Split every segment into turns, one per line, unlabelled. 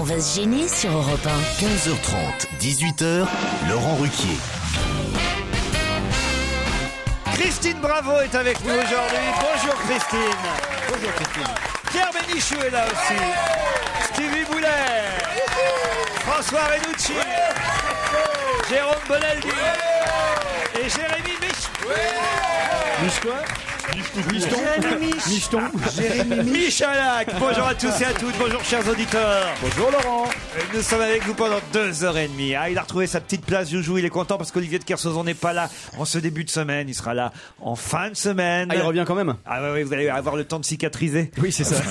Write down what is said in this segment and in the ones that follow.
On va se gêner sur Europe
15h30, 18h, Laurent Ruquier.
Christine Bravo est avec nous aujourd'hui. Bonjour Christine. Bonjour Christine. Pierre Bénichou est là aussi. Stevie Boulet. François Renucci. Jérôme Bonaldi. Et Jérémy Mich. Jérémy Mich. Jérémy Michalak. Bonjour à tous et à toutes. Bonjour chers auditeurs.
Bonjour Laurent.
Et Nous sommes avec vous pendant deux heures et demie. Ah, il a retrouvé sa petite place, Joujou. Il est content parce qu'Olivier de Kersauzon n'est pas là en ce début de semaine. Il sera là en fin de semaine.
Ah, il revient quand même.
Ah oui, vous allez avoir le temps de cicatriser.
Oui, c'est ça.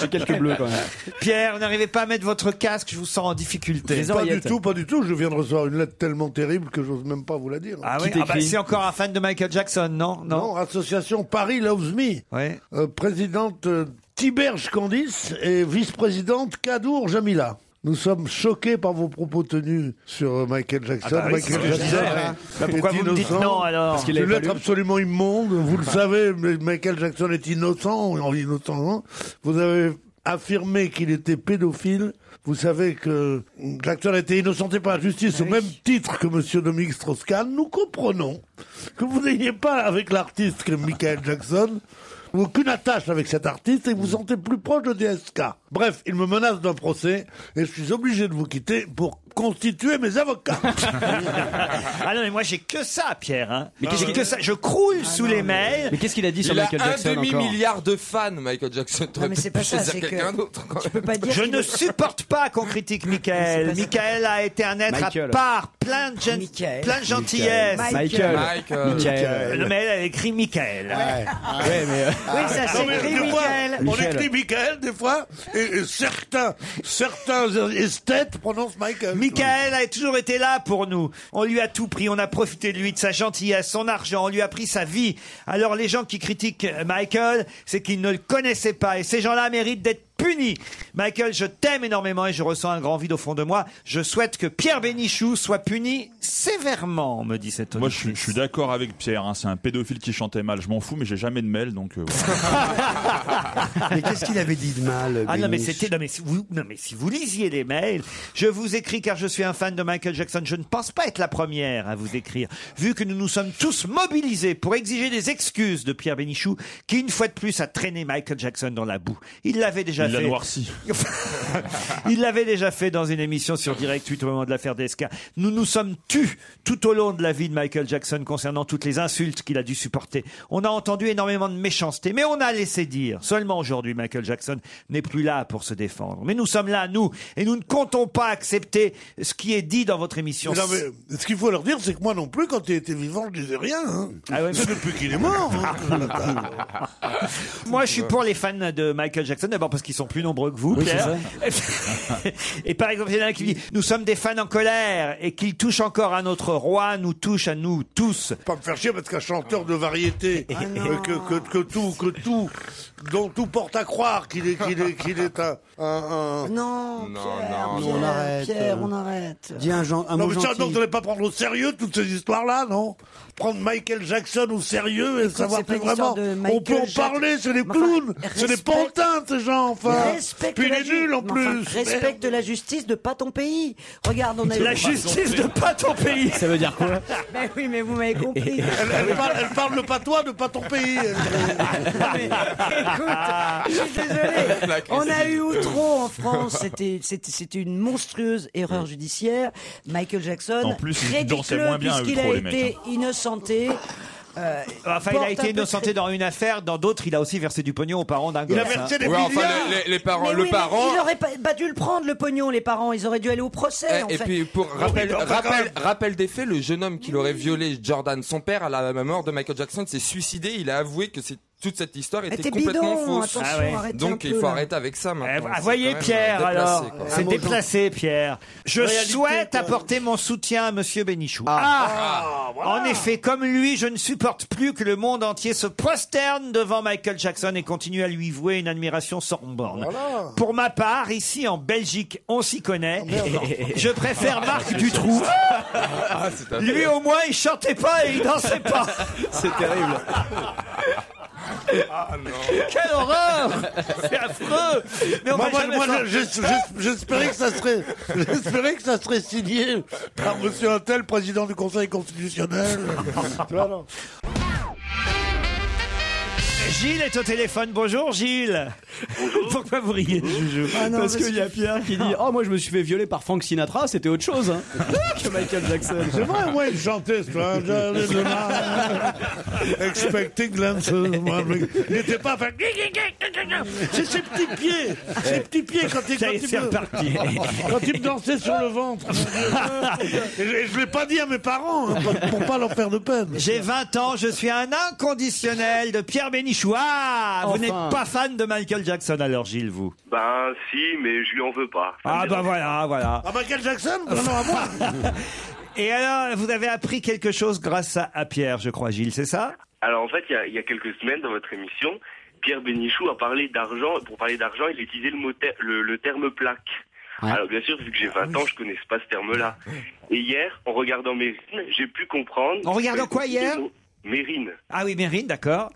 J'ai quelques bleus quand même.
Pierre, vous n'arrivez pas à mettre votre casque, je vous sens en difficulté.
Les
Pas
oreillettes.
du tout, pas du tout. Je viens de recevoir une lettre tellement terrible que j'ose même pas vous la dire.
Ah
Qui
oui, ah
t'écrit
bah, c'est encore un fan de Michael Jackson, non
non, association Paris Loves Me.
Ouais.
Euh, présidente euh, Tiberge Candice et vice-présidente Kadour Jamila. Nous sommes choqués par vos propos tenus sur euh, Michael Jackson.
Ah bah oui, c'est ce
Michael
que je disais, ouais. Bah, pourquoi
est
vous me dites
innocent.
non alors
Parce qu'il
C'est
l'avait pas
une lettre
lu.
absolument immonde, vous le savez, mais Michael Jackson est innocent, en innocent, non Vous avez affirmé qu'il était pédophile, vous savez que l'acteur a été innocenté par la justice au même titre que Monsieur Dominique Strauss-Kahn. Nous comprenons que vous n'ayez pas avec l'artiste que Michael Jackson aucune attache avec cet artiste et vous vous sentez plus proche de DSK. Bref, il me menace d'un procès et je suis obligé de vous quitter pour constituer mes avocats.
Ah non, mais moi j'ai que ça, Pierre. hein. J'ai que ça. Je croule sous les mails.
Ah Mais qu'est-ce qu'il a dit sur
Il a
Michael
un
Jackson encore
demi-milliard de fans, Michael Jackson.
Non, mais c'est pas ça,
T'aurais pu
c'est
choisir quelqu'un
que-
d'autre. quand
Tu
même.
peux pas dire.
Je
qu'il
ne
est-
supporte pas qu'on critique Michael.
Mais c'est pas ça.
Michael a été un être
Michael.
à part, plein de, gen-
Michael.
plein de gentillesse.
Michael.
Michael.
Mike, euh,
Michael.
Le mail avait écrit Michael.
Ah.
Ouais, mais euh,
Oui, ça
Non, mais
c'est écrit,
des fois,
Michael.
On
Michel.
écrit Michael des fois, et, et certains, certains esthètes prononcent Michael.
Michael a toujours été là pour nous. On lui a tout pris, on a profité de lui, de sa gentillesse, son argent, on lui a pris sa vie. Alors les gens qui critiquent euh, Michael, c'est qu'ils ne le connaissaient pas et ces gens-là méritent d'être punis. Michael, je t'aime énormément et je ressens un grand vide au fond de moi. Je souhaite que Pierre Bénichou soit puni sévèrement, me dit cet
Moi, je,
auditrice.
suis- je suis d'accord avec Pierre. hein. C'est un pédophile qui chantait mal. Je m'en fous, mais j'ai jamais de mail, donc. euh, voilà.
mais qu'est-ce qu'il avait dit de mal
Ah non mais
Bénichou
c'était non mais si vous non mais si vous lisiez les mails, je vous écris car je suis un fan de Michael Jackson. Je ne pense pas être la première à vous écrire, vu que nous nous sommes tous mobilisés pour exiger des excuses de Pierre Bénichou, qui une fois de plus a traîné Michael Jackson dans la boue. Il l'avait déjà
Il l'a
fait.
noirci.
Il l'avait déjà fait dans une émission sur Direct 8 au moment de l'affaire DSK. Nous nous sommes tus tout au long de la vie de Michael Jackson concernant toutes les insultes qu'il a dû supporter. On a entendu énormément de méchanceté, mais on a laissé dire. Seulement aujourd'hui, Michael Jackson n'est plus là pour se défendre. Mais nous sommes là, nous, et nous ne comptons pas accepter ce qui est dit dans votre émission.
Mais non, mais ce qu'il faut leur dire, c'est que moi non plus, quand il était vivant, je disais rien. hein.
Ah ouais,
C'est depuis qu'il est mort. hein.
Moi, je suis pour les fans de Michael Jackson, d'abord parce qu'ils sont plus nombreux que vous, Pierre. et par exemple, il y en a un qui dit Nous sommes des fans en colère et qu'il touche encore à notre roi, nous touche à nous tous.
pas me faire chier parce qu'un chanteur de variété
Ah
euh, que, que, que tout que tout dont tout porte à croire qu'il est qu'il est qu'il est un, un- un-
Non,
Non,
Pierre,
non,
Pierre,
on Oh arrête.
Pierre, on euh. arrête.
Dis un, gen- un
non
mot
mais ça,
gentil.
donc, vous n'allez pas prendre au sérieux toutes ces histoires-là, non Prendre Michael Jackson au sérieux et
c'est
savoir
pas
plus
une histoire
vraiment.
de
On peut en
Michael Jack-
parler, c'est des
Enfin,
clowns, c'est des
respecte-
pantins, ces gens, enfin. pas.
Respecte
Puis il
la
est
ju-
nul en
Mais enfin,
plus.
respecte la justice de pas ton pays. Regarde, on a
La justice de pas ton pays. Ça veut dire quoi
Ben oui, mais vous m'avez compris.
Elle, elle parle, elle parle le patois de pas ton pays.
Écoute, je suis désolé. On a eu trop en France. C'était, c'était, c'était une monstrueuse erreur judiciaire. Michael Jackson.
En plus, il
crédite-le,
dansait moins bien à
puisqu'il
Outreau,
a
les mecs,
été innocenté. Euh,
Enfin, il a
porte un peu
été
de
innocenté dans une affaire, dans d'autres, il a aussi versé du pognon aux parents d'un gosse. hein.
Ouais, enfin, les, les- les parents,
Mais
le
oui, mais
parent.
Il aurait pas, pas dû le prendre, le pognon, les parents. Ils auraient dû aller au procès. en
Eh, Et, et
fait.
puis pour rappel,
mais enfin,
rappel, rappel des faits, le jeune homme qui l'aurait violé, Jordan, son père, à la mort de Michael Jackson, s'est suicidé. Il a avoué que c'est- toute cette histoire était
était
complètement
Ah, bidon,
fausse.
attention, Ah ouais. arrêtez un
Donc il
peu,
faut
là.
arrêter avec ça maintenant.
Ah,
C'est
voyez
quand même
Pierre
déplacé,
alors,
quoi.
c'est déplacé Pierre. Je
Réalité,
souhaite
euh.
quoi.
apporter mon soutien à Monsieur Bénichou.
Ah.
En effet, comme lui, je ne supporte plus que le monde entier se prosterne devant Michael Jackson et continue à lui vouer une admiration sans borne.
Voilà.
Pour ma part, ici en Belgique, on s'y connaît. je préfère Marc Dutroux. Ah, Lui au moins, il chantait pas et il dansait pas.
C'est terrible.
Quelle horreur C'est affreux Mais on
Moi,
va
moi,
jamais
moi,
faire-
je- je- je- j'espérais que ça serait, j'espérais que ça serait signé par Monsieur un tel président du Conseil constitutionnel. Tu vois, non
Gilles est au téléphone. Bonjour Gilles. Pourquoi vous riez
parce qu'il y a Pierre qui dit Oh, moi je me suis fait violer par Frank Sinatra, c'était autre chose hein, que Michael Jackson.
C'est vrai, ouais, il chantait Stranger in the Night, Expecting Glances. Il n'était pas fait. C'est ses petits pieds, ses petits pieds quand il,
Eh. Ça y est,
quand il
c'est
me-
reparti.
quand il me dansait sur le ventre. Et je- je ne l'ai pas dit à mes parents hein, pour- pour pas leur faire de peine.
J'ai 20 ans, je suis un inconditionnel de Pierre Bénichou. Ah, vous
Enfin.
n'êtes pas fan de Michael Jackson alors Gilles, vous
Ben si, mais je lui en veux pas. Ça
Ah
me
bah
dérange.
voilà, voilà.
Ah Michael Jackson Non, non, à moi.
Et alors, vous avez appris quelque chose grâce à, à Pierre, je crois Gilles, c'est ça
Alors en fait, il y a, il y a quelques semaines dans votre émission, Pierre Bénichou a parlé d'argent. Pour parler d'argent, il utilisait le, mot ter- le, le terme plaque. Alors bien sûr, vu que j'ai
Ah
20 ans, je connais pas ce terme-là. Et hier, en regardant Mérine, j'ai pu comprendre...
En regardant
quand ils
quoi
ont dit le
hier
mot Mérine.
Ah oui, Mérine, d'accord.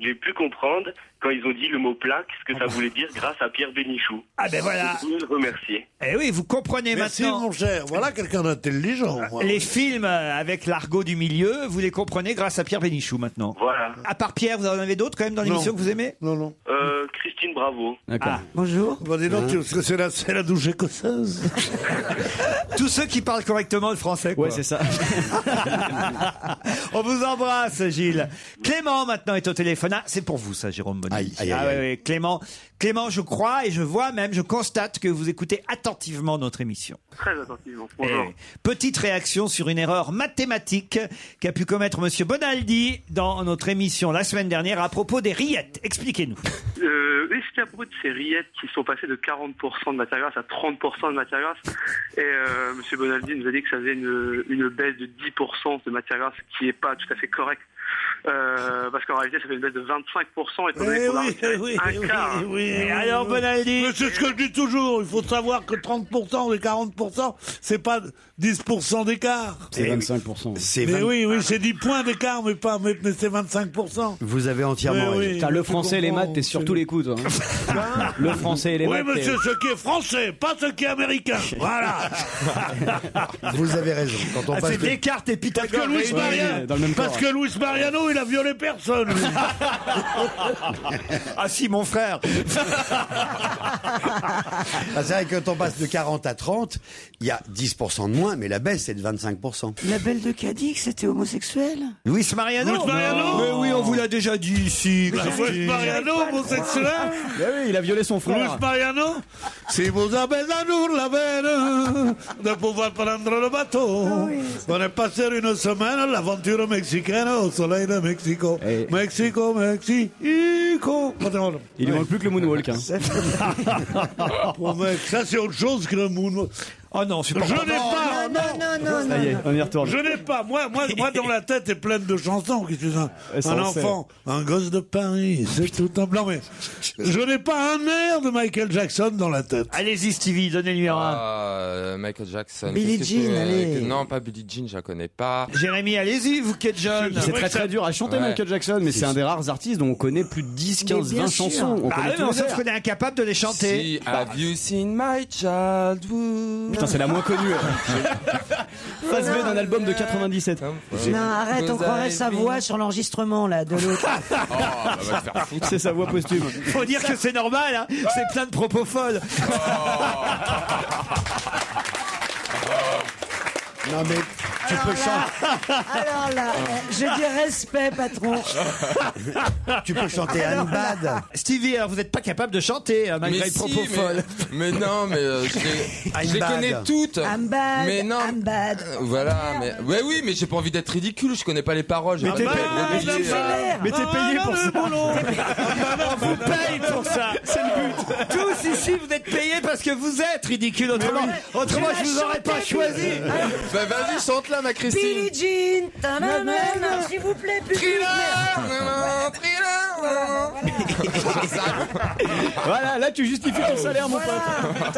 J'ai pu comprendre, quand ils ont dit le mot plaque, ce que ça voulait dire grâce à Pierre Bénichou.
bah. Ah ben voilà.
Je voulais le remercier.
Eh oui, vous comprenez
Merci
maintenant.
mon cher, voilà quelqu'un d'intelligent. moi.
Les films euh, avec l'argot du milieu, vous les comprenez grâce à Pierre Bénichou maintenant.
Voilà.
À part Pierre, vous en avez d'autres quand même dans
Non.
l'émission que vous aimez
Non, non.
Euh, Christine Bravo.
Ah.
Bonjour.
Bon, Bah,
Hein
dis donc, tu- parce que c'est la, c'est la douche écossaise.
Tous ceux qui parlent correctement le français. Quoi.
Ouais, c'est ça.
On vous embrasse, Gilles. Clément maintenant est au téléphone. Ah, c'est pour vous, ça, Jérôme Bonnet.
Aïe, aïe, aïe,
Ah ouais,
aïe.
ouais, Clément, Clément, je crois et je vois même, je constate que vous écoutez attentivement notre émission.
Très attentivement.
Et Eh, petite réaction sur une erreur mathématique qu'a pu commettre Monsieur Bonaldi dans notre émission la semaine dernière à propos des rillettes. Expliquez-nous.
Euh, oui, c'était à propos de ces rillettes qui sont passées de 40% de matière grasse à 30% de matière grasse. Et euh, M. Bonaldi nous a dit que ça faisait une, une baisse de 10% de matière grasse qui n'est pas tout à fait correcte. Euh, parce qu'en réalité, ça fait une baisse de 25% étant donné
Eh
qu'on a
oui,
retiré
oui,
un
oui,
quart.
oui, oui.
Et alors, Bonaldi
Mais c'est ce que je dis toujours. Il faut savoir que 30% et 40%, c'est pas 10% d'écart.
C'est 25%.
C'est
Mais
vingt-
oui, oui, c'est 10 points d'écart, mais pas, mais, mais c'est 25%.
Vous avez entièrement
Mais
raison.
Eh oui.
Putain, le français et les maths, t'es sur tous les coups, toi. hein. Le français et les
Oui,
maths. t'es-
monsieur, ce qui est français, pas ce qui est américain. Voilà.
Vous avez raison. Quand on
Ah,
passe
c'est
de-
Descartes et
Parce que
Pythagore.
Luis
réunis.
Mariano,
dans le même
parce
corps.
que Luis Mariano, il a violé personne. lui.
Ah si, mon frère.
Ah, c'est vrai que quand on passe de 40 à 30, il y a 10% de moins, mais la baisse est de 25%.
La belle de Cadix, c'était homosexuel.
Luis Mariano.
Luis Mariano
Mais oui, on vous l'a déjà dit ici.
Luis
Christine.
Mariano, homosexuel.
Ah oui, il a violé son
Luis
frère.
Mariano, si vous avez l'amour, la veine de pouvoir prendre le bateau,
Ah
on est passé une semaine à l'aventure mexicaine au soleil de Mexico.
Eh.
Mexico, Mexico.
Il lui manque plus que le moonwalk. hein.
Oh, mec, ça c'est autre chose que le moon.
Oh non, c'est
Je n'ai
pas
pas.
Ça y est, on y retourne.
Je n'ai pas. Moi, moi, moi, dont la tête est pleine de chansons. Qu'est-ce que c'est ça
Elles sont
un enfant, un gosse de Paris, c'est tout un blanc. Mais je n'ai pas un air de Michael Jackson dans la tête.
Allez-y, Stevie, donnez-lui un.
Ah, euh, Michael Jackson.
Billie
Qu'est-ce que
Jean,
c'est, euh,
allez.
que- Non, pas Billie Jean, je la connais pas.
Jérémy, allez-y, vous qui êtes jeune.
C'est très très dur à chanter
Ouais.
Michael Jackson, mais c'est un des rares artistes dont on connaît plus de 10, 15, 20 chansons. On
Bah
connaît
oui,
tous
mais
les
en fait,
airs.
on est incapable de les chanter.
Si, have you seen my childhood?
Putain, c'est la moins connue.
hein.
Face B d'un album de 97.
Non, arrête, on croirait sa voix sur l'enregistrement, là, de l'autre.
Oh, C'est sa voix posthume.
Faut dire que c'est normal, hein. c'est plein de propos folles.
Non mais tu peux chanter.
Alors là, euh, je dis respect, patron.
Tu peux chanter
Alors
Anne
là.
Bad.
Stevie, alors vous n'êtes pas capable de chanter hein, malgré
mais
les
si,
propos
mais-
folles.
Mais non, mais euh, je les- je les
Bad.
connais toutes.
I'm
Eh.
bad,
Mais non.
I'm bad.
Voilà, mais ouais, oui, mais j'ai pas envie d'être ridicule. Je connais pas les paroles. j'ai
Mais
pas
t'es
envie
payé-
d'être ridicule.
mais t'es payé pour ça. On vous paye pour ça. C'est le but. Tous ici, vous êtes payés parce que vous êtes ridicule. Autrement, autrement je vous aurais pas choisi.
Bah vas-y, chante là, ma Christine.
Billie Jean, ta maman,
Maman.
s'il vous plaît, public.
Thriller, thriller.
Voilà, là tu justifies ton salaire, mon pote.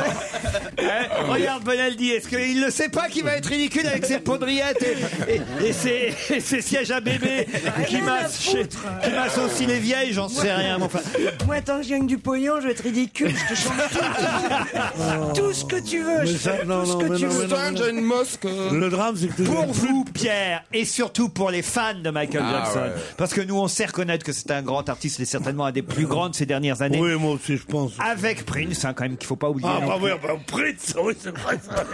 Eh, regarde Bonaldi, est-ce qu'il ne sait pas qu'il va être ridicule avec ses poudriettes et, et- et ses, et ses sièges à bébé qui massent, chez- qui massent aussi les vieilles J'en sais rien. mais enfin.
Moi, tant que je gagne du pognon, je vais être ridicule. Je te chante
Oh.
tout, tout ce que tu veux.
Mais
Je
ça,
fais
non,
tout ce
non,
que
mais
tu
non,
veux.
mais non, mais non.
J'ai une mosque.
Le drame, c'est que tu
Pour vous, Pierre, et surtout pour les fans de Michael
Ah,
Jackson.
ouais.
Parce que nous, on sait reconnaître que c'est un grand artiste, il est certainement un des plus grands de ces dernières années.
Oui, moi aussi, je pense.
Avec Prince, hein, quand même, qu'il faut pas oublier.
Ah, bah oui, bah, Prince, oui, c'est vrai. Ça.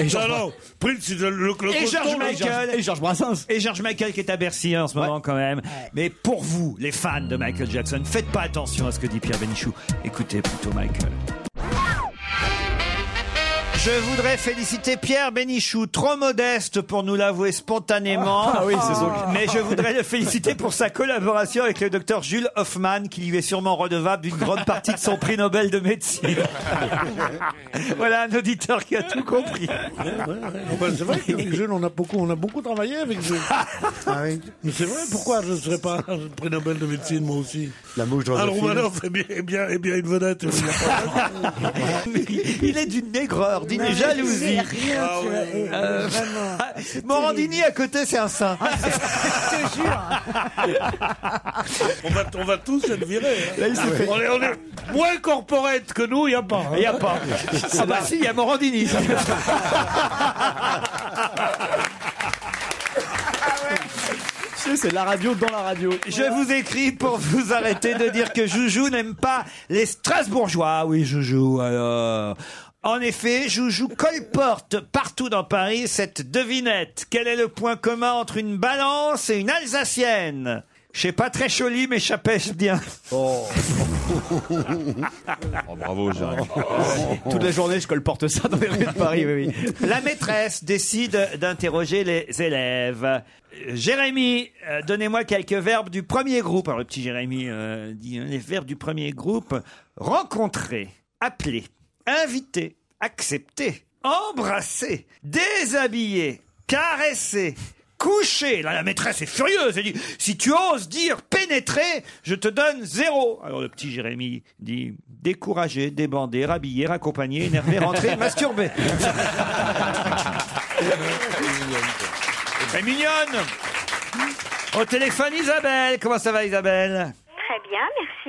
Et Georges
non, non, Prince, le, le, le
et George
coton, là,
Michael.
Et Georges Brassens.
Et George Michael qui est à Bercy hein, en ce moment quand même. Mais pour vous, les fans de Michael Jackson, faites pas attention à ce que dit Pierre Benichou. Écoutez plutôt Michael. Je voudrais féliciter Pierre Bénichou, trop modeste pour nous l'avouer spontanément.
Ah oui, c'est son-
Mais je voudrais le féliciter pour sa collaboration avec le docteur Jules Hoffman, qui lui est sûrement redevable d'une grande partie de son prix Nobel de médecine. voilà un auditeur qui a tout compris.
Ah bah, c'est vrai qu'avec Jules, on a beaucoup, on a beaucoup travaillé avec Jules.
Ah
Mais c'est vrai, pourquoi je ne serais pas un prix Nobel de médecine, moi aussi
La bouche dans
Un
le film.
Roumanoff est bien, est bien, est bien une vedette. Il y a pas-
Il est d'une aigreur, d'une jalousie.
C'est rien, tu vois. Et-
Euh,
Vraiment.
Morandini à côté, c'est un saint.
Je te jure.
on, va, on va tous être virés. hein.
Là, il s'est fait-
on, est, on est moins corporate que nous, il n'y a pas. hein.
Il n'y a pas. Ah bah si, il y a Morandini. ça.
Tu sais, c'est la radio dans la radio.
Je vous écris pour vous arrêter de dire que Joujou n'aime pas les Strasbourgeois. Ah Oui, Joujou, alors... En effet, Joujou colporte partout dans Paris cette devinette. Quel est le point commun entre une balance et une alsacienne Je sais pas très joli, mais ça pêche bien.
Oh, bravo, Jérémy.
Toute la journée, je colporte ça dans les rues de Paris, oui, oui.
La maîtresse décide d'interroger les élèves. Euh, Jérémy, euh, donnez-moi quelques verbes du premier groupe. Alors le petit Jérémy euh, dit euh, les verbes du premier groupe rencontrer, appeler, inviter, accepter, embrasser, déshabiller, caresser. Coucher Là, la maîtresse est furieuse. Elle dit Si tu oses dire pénétrer, je te donne zéro. Alors le petit Jérémy dit Décourager, débander, rhabiller, accompagner, énerver, rentrer, masturber. Très mignonne Au téléphone, Isabelle Comment ça va, Isabelle
Très bien,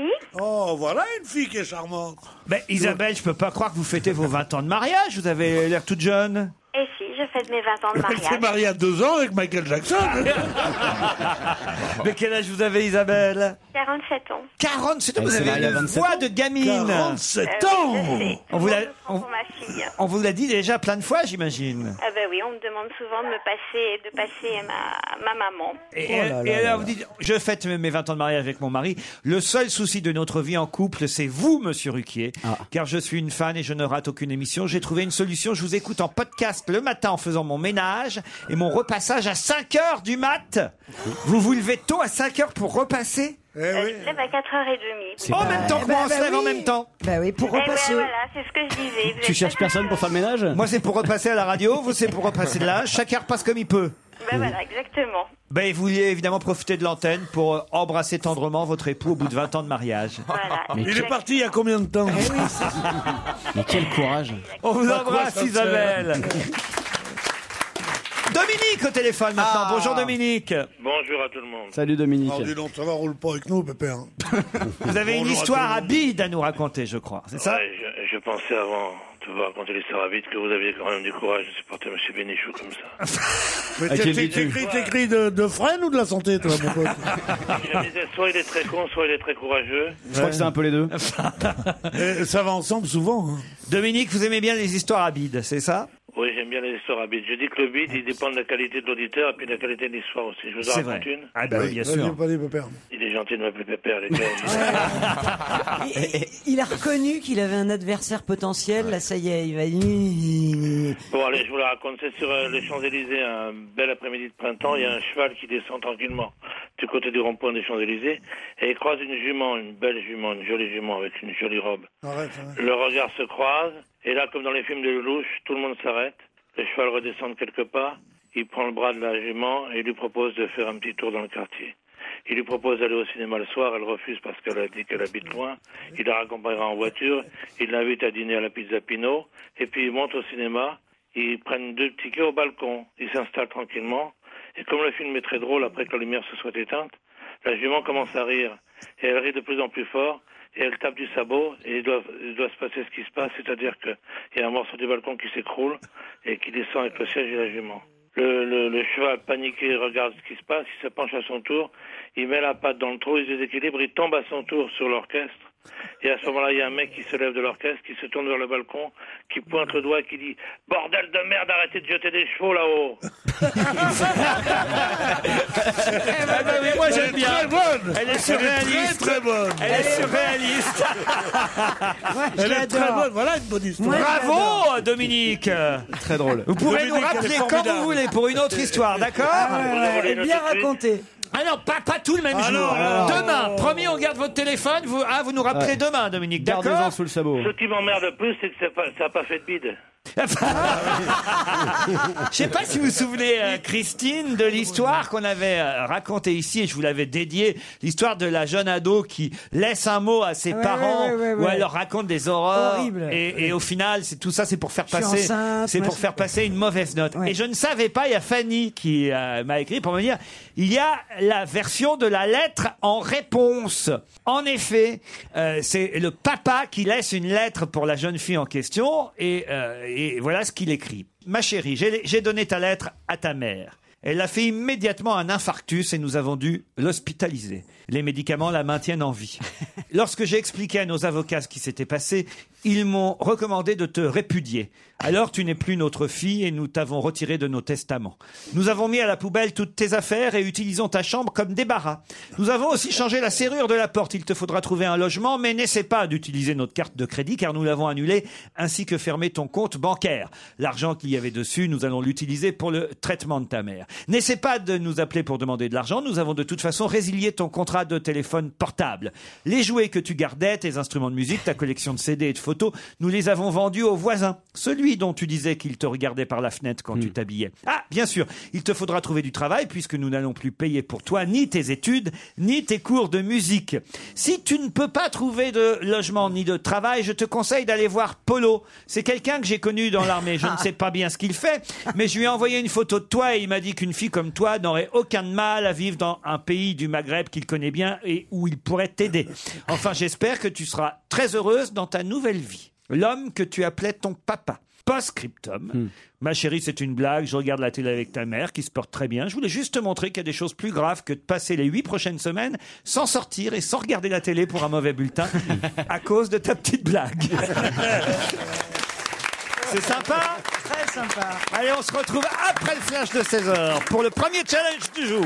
merci.
Oh, voilà une fille qui est charmante.
ben, Isabelle, je peux pas croire que vous fêtez vos 20 ans de mariage, vous avez l'air toute jeune.
Et Eh si, je fête mes 20 ans de
Elle s'est
mariage.
mariée à deux ans avec Michael Jackson.
Mais quel âge vous avez, Isabelle
47 ans.
47 ans, vous
Elle s'est
avez
mariée à
une
27
voix de gamine
47
Euh,
ans
je sais.
On vous l'a-
me prend pour ma fille.
On vous l'a dit déjà plein de fois, j'imagine.
Ah ben oui, on me demande souvent de me passer, de passer ma, ma maman.
Et, et alors vous dites, je fête mes 20 ans de mariage avec mon mari. Le seul souci de notre vie en couple, c'est vous, monsieur Ruquier. Car je suis une fan et je ne rate aucune émission. J'ai trouvé une solution. Je vous écoute en podcast le matin matin en faisant mon ménage et mon repassage à 5 heures du mat. Vous vous levez tôt à 5 heures pour repasser
Eh
Euh, Je me lève à 4h30.
C'est En pas- même temps que
Eh
moi, on
ben,
se
bah
lève en
oui.
même temps. ben
Bah oui, pour
Eh ouais,
repasser.
voilà, c'est ce que je disais. Vous êtes pas-
personne pour faire le ménage Moi, c'est pour repasser à la radio, vous, c'est pour repasser de là. Chacun repasse comme il peut.
Ben voilà, exactement.
Ben, vous vouliez évidemment profiter de l'antenne pour euh, embrasser tendrement votre époux au bout de 20 ans de mariage.
Voilà.
Mais
Il
quel-
est parti il y a combien de temps
Mais quel courage On vous
Pas
embrasse,
quoi,
Isabelle Dominique au téléphone maintenant.
Ah.
Bonjour Dominique.
Bonjour à tout le monde.
Salut Dominique.
Ah, dis donc, ça va, roule pas avec nous, pépère.
Vous avez une
Bonjour à
histoire
tout le
à bide à nous raconter, je crois. C'est ça
Ouais, je, je pensais avant de vous raconter l'histoire à vite que vous aviez quand même du courage de supporter M. Bénichou comme
Ah,
ça.
Mais t'é- t'é- t'écris, t'écris de, de freine ou de la santé, toi, mon pote
Je me disais, soit il est très con, soit il est très courageux.
peu les deux.
ça va ensemble souvent. hein.
Dominique, vous aimez bien les histoires à bide, c'est ça
Oui, j'aime bien les histoires à bite. Je dis que le bide, il dépend de la qualité de l'auditeur et puis de la qualité de l'histoire aussi. Je vous en
C'est
raconte
vrai.
une
Ah bah oui, bien
Vas-y,
sûr.
vas-y, pépère.
Il est gentil de m'appeler Pépère, les gars.
Il a reconnu qu'il avait un adversaire potentiel. Là, ça y est, il va. y-
Bon, allez, je vous la raconte. C'est sur euh, les Champs-Élysées, un bel après-midi de printemps. Il y a un cheval qui descend tranquillement du côté du rond-point des Champs-Élysées et il croise une jument, une belle jument, une jolie jument avec une jolie robe.
Arrête, hein.
Le regard se croise et là, comme dans les films de Lelouch, tout le monde s'arrête. Le cheval redescend de quelques pas. Il prend le bras de la jument et lui propose de faire un petit tour dans le quartier. Il lui propose d'aller au cinéma le soir, elle refuse parce qu'elle a dit qu'elle habite loin. Il la raccompagnera en voiture, il l'invite à dîner à la pizza Pino, et puis ils montent au cinéma, ils prennent deux tickets au balcon, ils s'installent tranquillement, et comme le film est très drôle après que la lumière se soit éteinte, la jument commence à rire, et elle rit de plus en plus fort, et elle tape du sabot, et il doit, il doit se passer ce qui se passe, c'est-à-dire qu'il y a un morceau du balcon qui s'écroule, et qui descend avec le siège et la jument. Le, le- le cheval paniqué regarde ce qui se passe, il se penche à son tour, il met la patte dans le trou, il se déséquilibre, il tombe à son tour sur l'orchestre. Et à ce moment-là, il y a un mec qui se lève de l'orchestre, qui se tourne vers le balcon, qui pointe le doigt et qui dit Bordel de merde, arrêtez de jeter des chevaux là-haut
Eh ben, moi j'aime bien.
Très bonne.
Elle est surréaliste.
Très, très bonne.
Elle est surréaliste.
Elle est très bonne. Voilà une bonne histoire.
Bravo Dominique Très drôle. Vous pourrez
Dominique,
nous
elle est
rappeler quand
formidable.
vous voulez pour une autre histoire, d'accord
Ah ouais, ouais, ouais, bien
racontée. Ah non, pas, pas tout le même
Ah
jour.
non, alors.
Demain, promis, on garde votre téléphone. Vous, ah, vous nous rappelez
Ouais.
demain, Dominique, d'accord
le
sabot.
Ce qui m'emmerde le plus, c'est que ça n'a pas, ça a pas fait de bide.
Je sais pas si vous vous souvenez, euh, Christine, de l'histoire qu'on avait euh, racontée ici, et je vous l'avais dédiée, l'histoire de la jeune ado qui laisse un mot à ses
Ouais,
parents,
ouais, ouais, ouais,
où
ouais.
elle leur raconte des horreurs,
Horrible.
et, et au final, c'est tout ça, c'est pour faire
Je suis
passer,
enceinte,
c'est pour
machin.
faire passer une mauvaise note. Et je ne savais pas, il y a Fanny qui euh, m'a écrit pour me dire, il y a la version de la lettre en réponse. En effet, euh, c'est le papa qui laisse une lettre pour la jeune fille en question, et, euh, et voilà ce qu'il écrit. Ma chérie, j'ai j'ai donné ta lettre à ta mère. Elle a fait immédiatement un infarctus et nous avons dû l'hospitaliser. Les médicaments la maintiennent en vie. Lorsque j'ai expliqué à nos avocats ce qui s'était passé, ils m'ont recommandé de te répudier. Alors tu n'es plus notre fille et nous t'avons retiré de nos testaments. Nous avons mis à la poubelle toutes tes affaires et utilisons ta chambre comme débarras. Nous avons aussi changé la serrure de la porte. Il te faudra trouver un logement, mais n'essaie pas d'utiliser notre carte de crédit car nous l'avons annulée ainsi que fermer ton compte bancaire. L'argent qu'il y avait dessus, nous allons l'utiliser pour le traitement de ta mère. N'essaie pas de nous appeler pour demander de l'argent. Nous avons de toute façon résilié ton contrat de téléphone portable. Les jouets que tu gardais, tes instruments de musique, ta collection de CD et de photos, nous les avons vendus aux voisins. Celui dont tu disais qu'il te regardait par la fenêtre quand tu t'habillais. Ah, bien sûr, il te faudra trouver du travail puisque nous n'allons plus payer pour toi ni tes études, ni tes cours de musique. Si tu ne peux pas trouver de logement ni de travail, je te conseille d'aller voir Polo. C'est quelqu'un que j'ai connu dans l'armée. Je ne sais pas bien ce qu'il fait, mais je lui ai envoyé une photo de toi et il m'a dit qu'une fille comme toi n'aurait aucun mal à vivre dans un pays du Maghreb qu'il connaît bien et où il pourrait t'aider. Enfin, j'espère que tu seras très heureuse dans ta nouvelle vie. L'homme que tu appelais ton papa. Post-scriptum. Ma chérie, c'est une blague. Je regarde la télé avec ta mère qui se porte très bien. Je voulais juste te montrer qu'il y a des choses plus graves que de passer les huit prochaines semaines sans sortir et sans regarder la télé pour un mauvais bulletin à cause de ta petite blague. C'est sympa
Très sympa.
Allez, on se retrouve après le flash de 16h pour le premier challenge du jour.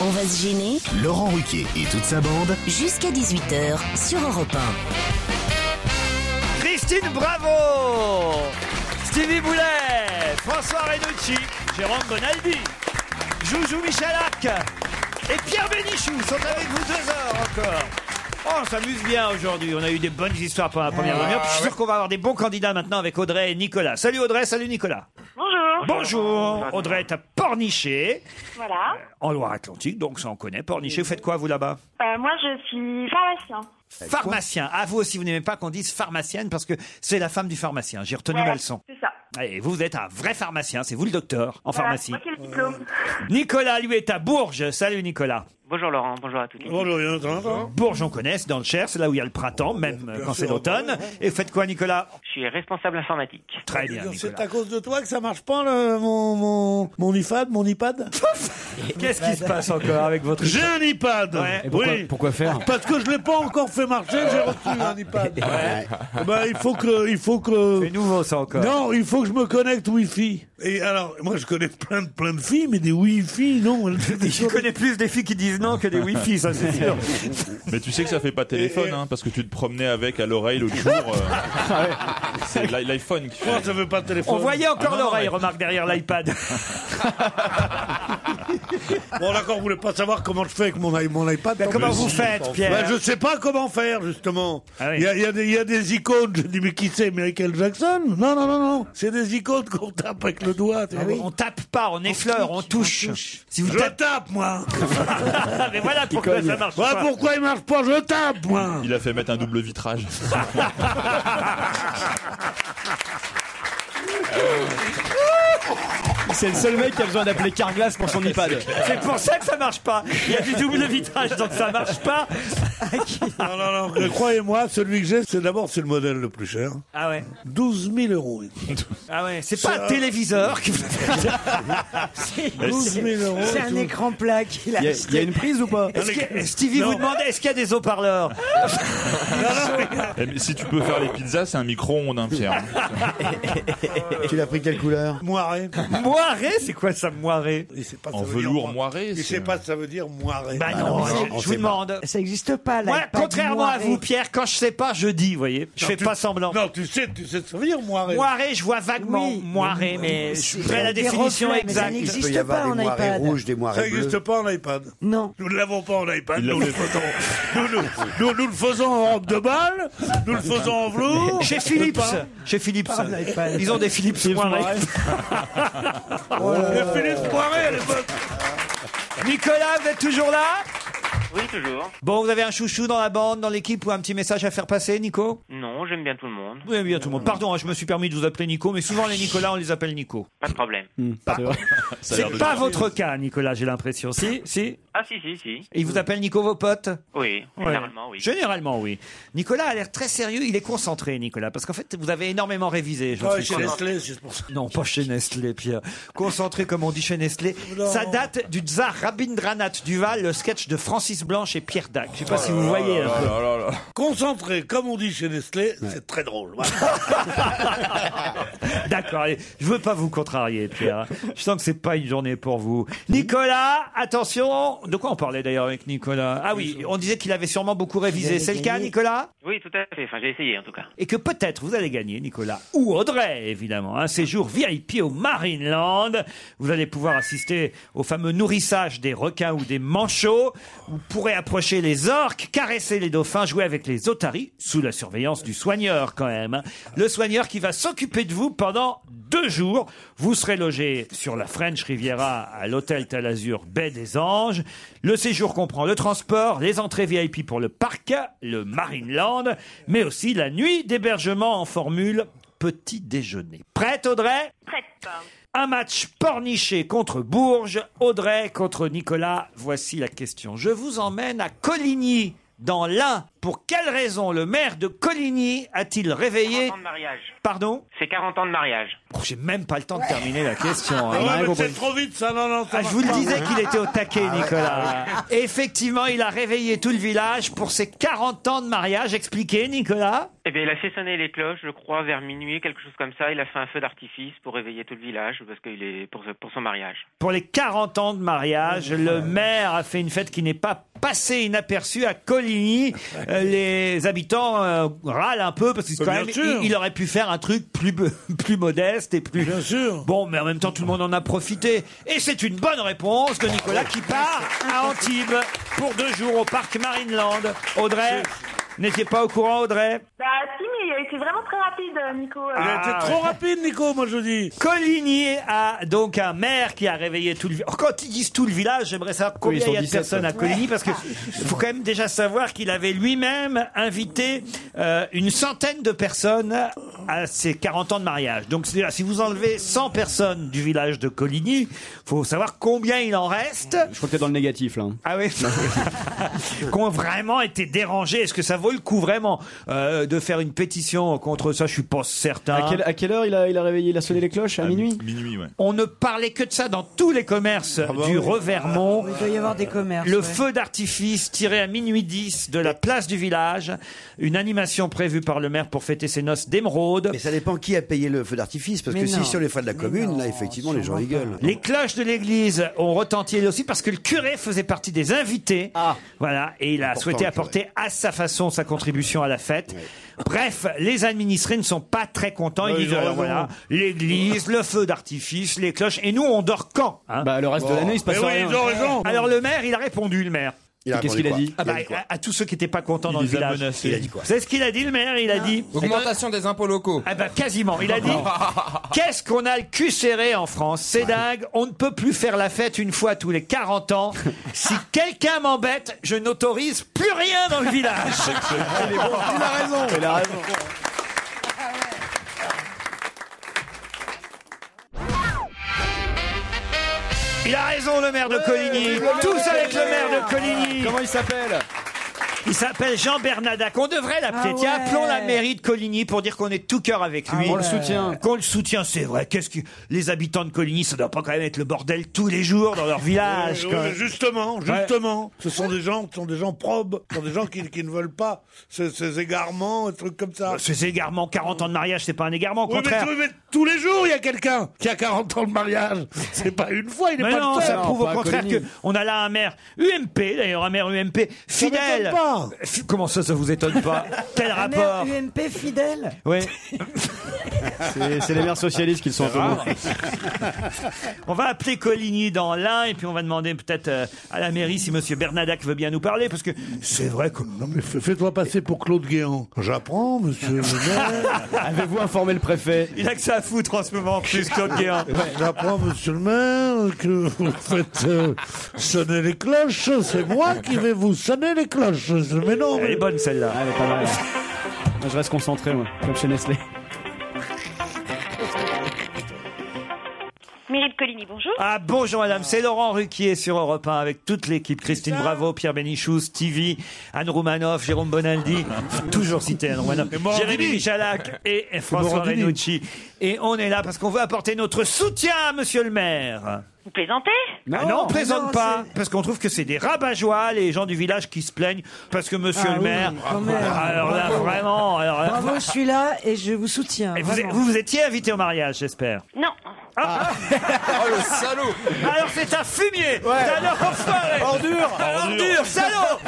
On va se gêner.
Laurent Ruquier et toute sa bande.
Jusqu'à 18h sur Europe
Christine Bravo Stevie Boulet François Renucci Jérôme Bonaldi Joujou Michalak et Pierre Bénichou sont avec vous deux heures encore Oh, on s'amuse bien aujourd'hui. On a eu des bonnes histoires pour la première
Ouais.
demi-heure. Puis Je suis sûr qu'on va avoir des bons candidats maintenant avec Audrey et Nicolas. Salut Audrey, salut Nicolas.
Bonjour.
Bonjour. Audrey est à Pornichet,
Voilà.
en Loire-Atlantique, donc ça on connaît. Pornichet, vous faites quoi vous là-bas
Euh, moi, je suis pharmacien.
Pharmacien. Ah, vous aussi, vous n'aimez pas qu'on dise pharmacienne parce que c'est la femme du pharmacien. J'ai retenu
Voilà,
ma leçon.
C'est ça.
Et vous, vous êtes un vrai pharmacien, c'est vous le docteur en
Voilà,
pharmacie.
moi qui ai le diplôme.
Nicolas, lui, est à Bourges. Salut Nicolas.
Bonjour Laurent, bonjour à toutes.
Bourges, on connaît, c'est dans le Cher, c'est là où il y a le printemps,
Oh,
même euh, quand c'est
sûr.
bah
l'automne. Et vous faites quoi, Nicolas
Je suis responsable informatique.
Très bien, Ah, Nicolas.
C'est à cause de toi que ça marche pas, le- mon, mon, mon iPad, mon iPad
Qu'est-ce qui se passe encore avec votre
J'ai un iPad
Ouais. Et pourquoi-
oui.
pourquoi faire
Parce que je l'ai pas encore fait marcher, j'ai reçu un iPad. Eh ben, il faut que... Il faut que... C'est
nouveau, ça, encore.
Non, il faut que je me connecte Wi-Fi. Et alors, moi, je connais plein de, plein de filles, mais des Wi-Fi, non.
Je connais plus des filles qui disent non que des Wi-Fi, ça c'est sûr.
Mais tu sais que ça fait pas téléphone, hein, parce que tu te promenais avec à l'oreille l'autre jour. euh, c'est l'i- l'iPhone qui fait.
Moi, ça veut pas de téléphone.
On voyait encore
Ah non, non,
l'oreille,
mais-
remarque, derrière l'iPad.
Bon, d'accord, vous voulez pas savoir comment je fais avec mon, i- mon iPad. tant
comment
pis.
vous faites, Pierre Ah
Ben, Je sais pas comment faire, justement. Il y a- il y, a des- il y a des icônes, je dis, mais qui c'est Michael Jackson Non, non, non, non. C'est des icônes qu'on tape avec le doigt. tu vois.
On tape pas, on effleure, on touche. Si vous
je tape, moi
Mais voilà pourquoi ça marche
Voilà
pas.
pourquoi il marche pas, je tape, moi
Il a fait mettre un double vitrage.
C'est le seul mec qui a besoin d'appeler Carglass pour son iPad.
C'est pour ça que ça marche pas. Il y a du double vitrage, donc ça marche pas.
Non, non, non. mais Croyez-moi, celui que j'ai, c'est d'abord, c'est le modèle le plus cher.
Ah ouais
12 000 euros.
Ah ouais, c'est pas
Ça-
un téléviseur. qui-
Eh, 12 000 euros,
C'est un
tout.
écran plat qu'il a. acheté.
prise ou pas
Est-ce que- Stevie vous demande est-ce qu'il y a des haut-parleurs
Eh, mais si tu peux faire les pizzas, c'est un micro-ondes, hein, Pierre.
Tu l'as pris quelle couleur
Moiré.
Moiré C'est quoi ça, moiré
En velours moiré.
Je sais pas, ça veut dire moiré.
Bah non, je- je, vous demande.
Ça n'existe pas, là.
Moi, contrairement à vous, Pierre, quand je sais pas, je dis, vous voyez. Je
Non,
fais
tu-
pas semblant.
Non, tu sais, tu sais ce que ça veut dire, moiré.
Moiré, je vois vaguement moiré, mais je voudrais la définition exacte.
Il peut y avoir des moirés rouges, des
Ça
moirés bleus.
n'existe pas en iPad.
Non.
Nous ne l'avons pas en iPad.
Il
Nous
l'a
le,
fait.
faisons, nous, nous- nous- nous le faisons en robe de balle, nous le faisons en velours.
Chez Philips. Chez Philips. Ils ont des Philips moiré.
Le Philippe Moiré à l'époque.
Nicolas, vous êtes toujours là
Oui, toujours.
Bon, vous avez un chouchou dans la bande, dans l'équipe ou un petit message à faire passer, Nico
Non, j'aime bien tout le monde.
Oui, bien tout le monde. Pardon, hein, je me suis permis de vous appeler Nico, mais souvent les Nicolas, on les appelle Nico.
Pas de problème.
Ça a l'air
Hmm, C'est
de
pas
dire.
votre cas, Nicolas, j'ai l'impression. Si, si.
Ah si, si, si.
Et ils vous appellent Nico vos potes
Oui,
Ouais.
généralement, oui.
Généralement, oui. Nicolas a l'air très sérieux, il est concentré, Nicolas, parce qu'en fait, vous avez énormément révisé. Je
Ah,
suis
chez
sûr.
Nestlé, c'est pour ça.
Non, pas chez Nestlé, Pierre. Concentré, comme on dit chez Nestlé.
Non.
Ça date du Tsar Rabindranath Duval, le sketch de Francis Maurice Blanche et Pierre Dac. Je sais pas
Oh
si
là
vous
là
voyez.
là
un peu.
là Concentré, comme on dit chez Nestlé, c'est très drôle. Voilà.
D'accord, allez, je veux pas vous contrarier, Pierre. Je sens que c'est pas une journée pour vous. Nicolas, attention. De quoi on parlait d'ailleurs avec Nicolas Ah oui, on disait qu'il avait sûrement beaucoup révisé. C'est le cas, Nicolas
Oui, tout à fait. Enfin, j'ai essayé en tout cas.
et que peut-être vous allez gagner, Nicolas, ou Audrey, évidemment, un séjour VIP au Marineland. Vous allez pouvoir assister au fameux nourrissage des requins ou des manchots. Vous pourrez approcher les orques, caresser les dauphins, jouer avec les otaries, sous la surveillance du soigneur quand même. hein. Le soigneur qui va s'occuper de vous pendant deux jours. Vous serez logé sur la French Riviera à l'hôtel Talazur Baie des Anges. Le séjour comprend le transport, les entrées VIP pour le parc, le Marineland, mais aussi la nuit d'hébergement en formule petit déjeuner. Prête Audrey
Prête.
Un match porniché contre Bourges, Audrey contre Nicolas. Voici la question. Je vous emmène à Coligny. Dans l'un, pour quelle raison le maire de Coligny a-t-il réveillé
mariage.
Pardon
C'est 40 ans de mariage.
Oh, J'ai même pas le temps de terminer la question. hein.
Ah ouais, mais c'est trop vite, ça, non, non, ça
Ah, je vous le
marche pas.
disais qu'il était au taquet,
Ah ouais,
Nicolas.
ah
Effectivement, il a réveillé tout le village pour ses 40 ans de mariage. Expliquez, Nicolas.
Eh bien, il a fait sonner les cloches, je crois, vers minuit, quelque chose comme ça. Il a fait un feu d'artifice pour réveiller tout le village, parce qu'il est pour, pour son mariage.
Pour les 40 ans de mariage, le maire a fait une fête qui n'est pas passée inaperçue à Coligny. Euh, Les habitants euh, râlent un peu parce que c'est quand
Bien
même,
sûr.
il, il aurait pu faire un truc plus be- plus modeste et plus. Bien sûr. Bon, mais en même temps, tout le monde en a profité. Et c'est une bonne réponse de Nicolas qui part à Antibes pour deux jours au parc Marineland. Audrey, n'étiez pas au courant, Audrey
Bah si, mais il a été vraiment très rapide, euh, Nico.
Ah, ouais.
rapide, Nico, moi je dis.
Coligny a donc un maire qui a réveillé tout le village. Quand ils disent tout le village, j'aimerais savoir combien
ils sont
il y a de
17,
personnes à
ouais.
Coligny, parce que
Ah.
faut quand même déjà savoir qu'il avait lui-même invité euh, une centaine de personnes à ses 40 ans de mariage. Donc c'est-à-dire, si vous enlevez 100 personnes du village de Coligny, faut savoir combien il en reste.
Je crois que t'es dans le négatif là.
Ah oui qui ont vraiment été dérangés. Est-ce que ça vaut le coup vraiment euh, de faire une pétition contre ça Ah, Je suis pas certain.
À, quelle, à quelle heure il a, il a réveillé, il a sonné les cloches À minuit Minuit, ouais.
On ne parlait que de ça dans tous les commerces
Ah bah
du Revermont.
Ah, Il doit y avoir des commerces.
Le
ouais.
feu d'artifice tiré à minuit 10 de la place du village. Une animation prévue par le maire pour fêter ses noces d'émeraude. Mais
ça dépend qui a payé le feu d'artifice, parce
Mais
que si
non.
sur les frais de la commune, là, effectivement, les gens rigolent.
Les cloches de l'église ont retenti elles aussi parce que le curé faisait partie des invités.
Ah.
Voilà, et il a
Important,
souhaité
le curé.
apporter à sa façon sa contribution à la fête. Bref, les administrés ne sont pas très contents.
Bah,
ils
ils
disent
ont
alors
raison.
voilà, l'église, le feu d'artifice, les cloches, et nous on dort quand hein
Bah, le reste de l'année, il se passe Mais oui, rien. ils ont raison.
Alors le maire, il a répondu, le maire.
Il a Et qu'est-ce répondu qu'il a quoi dit
Ah bah,
Il a dit quoi
à, à tous ceux qui n'étaient pas contents
Il
dans le
les a
village.
menacés. Il a dit quoi
C'est ce qu'il a dit, le maire. Il a dit
Augmentation des impôts locaux.
Ah bah quasiment. Il a dit Qu'est-ce qu'on a le cul serré en France C'est dingue. On ne peut plus faire la fête une fois tous les 40 ans. Si quelqu'un m'embête, je n'autorise plus rien dans le village.
Il est bon. Il a raison. Il a raison.
Il a raison, le maire de Coligny. Tous avec le maire de Coligny.
Comment il s'appelle
Il s'appelle Jean Bernadac. On devrait l'appeler.
Ah
Tiens,
ouais.
appelons la mairie de Coligny pour dire qu'on est tout cœur avec lui. Euh,
Ah On le ouais. soutient.
Qu'on le soutient, c'est vrai. Qu'est-ce que les habitants de Coligny, ça doit pas quand même être le bordel tous les jours dans leur village.
Oui,
quand
oui,
même.
justement, justement. Ce sont des gens, ce sont des gens probes, ce sont des gens qui, qui ne veulent pas ces, ces égarements, des trucs comme ça.
Ces égarements, 40 ans de mariage, c'est pas un égarement, au
Oui, mais,
contraire.
oui, mais tous les jours, il y a quelqu'un qui a 40 ans de mariage. C'est pas une fois, il n'est
Mais
pas
non,
le seul.
ça prouve au contraire qu'on a là un maire UMP, d'ailleurs un maire UMP fidèle.
m'étonne pas.
Fi- Comment ça, ça vous étonne pas Quel
Un
rapport
maire UMP fidèle.
Oui.
C'est- c'est les maires socialistes qui le sont un peu
rare.
moins.
On va appeler Coligny dans l'un et puis on va demander peut-être euh, à la mairie si Monsieur Bernadac veut bien nous parler parce que c'est vrai que
Non, mais fais- fais-toi passer pour Claude Guéant. J'apprends, monsieur le maire.
Avez-vous informé le préfet
il a que ça à foutre en ce moment en plus Claude Guéant.
J'apprends, monsieur le maire, que vous faites euh, sonner les cloches. C'est moi qui vais vous sonner les cloches. Mais non,
Elle est
mais...
bonne celle-là.
Ah, Elle est pas mal. Moi, je reste concentré, moi, comme chez Nestlé.
Mairie de Coligny, bonjour.
bonjour.
Ah bonjour madame, c'est Laurent Ruquier sur Europe 1 avec toute l'équipe, Christine Bravo, Pierre Bénichou, Stevie, Anne Roumanoff, Jérôme Bonaldi, toujours cité Anne Roumanoff,
Et Morandini.
Jérémy Michalak et François
Morandini.
Renucci. Et on est là parce qu'on veut apporter notre soutien à monsieur le maire.
Vous plaisantez
Ah non, on plaisante pas, parce qu'on trouve que c'est des rabat-joie, les gens du village qui se plaignent, parce que monsieur
Ah
le
oui,
maire. Ah,
quand même.
alors là,
Bravo.
vraiment. Alors là-
Bravo, je suis là et je vous soutiens.
Et vous,
vraiment.
vous vous étiez invité au mariage, j'espère.
Non. Ah.
Oh le salaud Alors c'est un fumier C'est un enfoiré
Ordure.
Ordure, salaud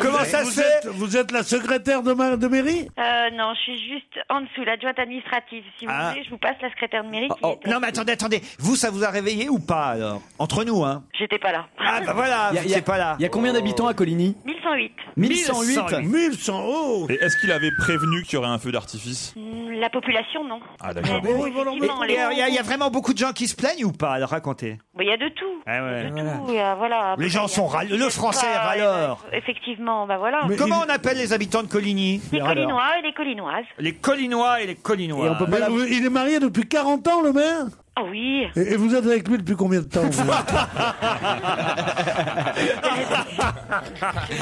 Comment ça se fait Vous êtes la secrétaire de, ma- de mairie
Euh, non, je suis juste en dessous, l'adjointe administrative. Si vous
Ah.
voulez, je vous passe la secrétaire de mairie. qui
Oh,
est-
Non mais attendez, attendez, vous ça vous a réveillé ou pas alors Entre nous, hein
J'étais pas là.
Ah bah voilà,
Il y
vous
a- il y a-
n'étiez pas là
Il y a combien d'habitants à Coligny
1108.
1108.
1100 oh
Et est-ce qu'il avait prévenu qu'il y aurait un feu d'artifice
Hmm, La population, non.
Ah d'accord.
Mais effectivement,
euh, Il y,
les-
a- il y a vraiment beaucoup de gens qui se plaignent ou pas Alors racontez.
Bon, Il y a de tout.
Ah ouais.
Il y a- voilà.
Les gens sont râle- le français est râleur.
Effectivement, bah voilà.
Comment on appelle les habitants de Coligny
Les collinois et les collinoises.
Les Collinois et les Collinois.
Mais vous- Il est marié depuis 40 ans, le maire
Ah oui.
et, et vous êtes avec lui depuis combien de temps vous
Je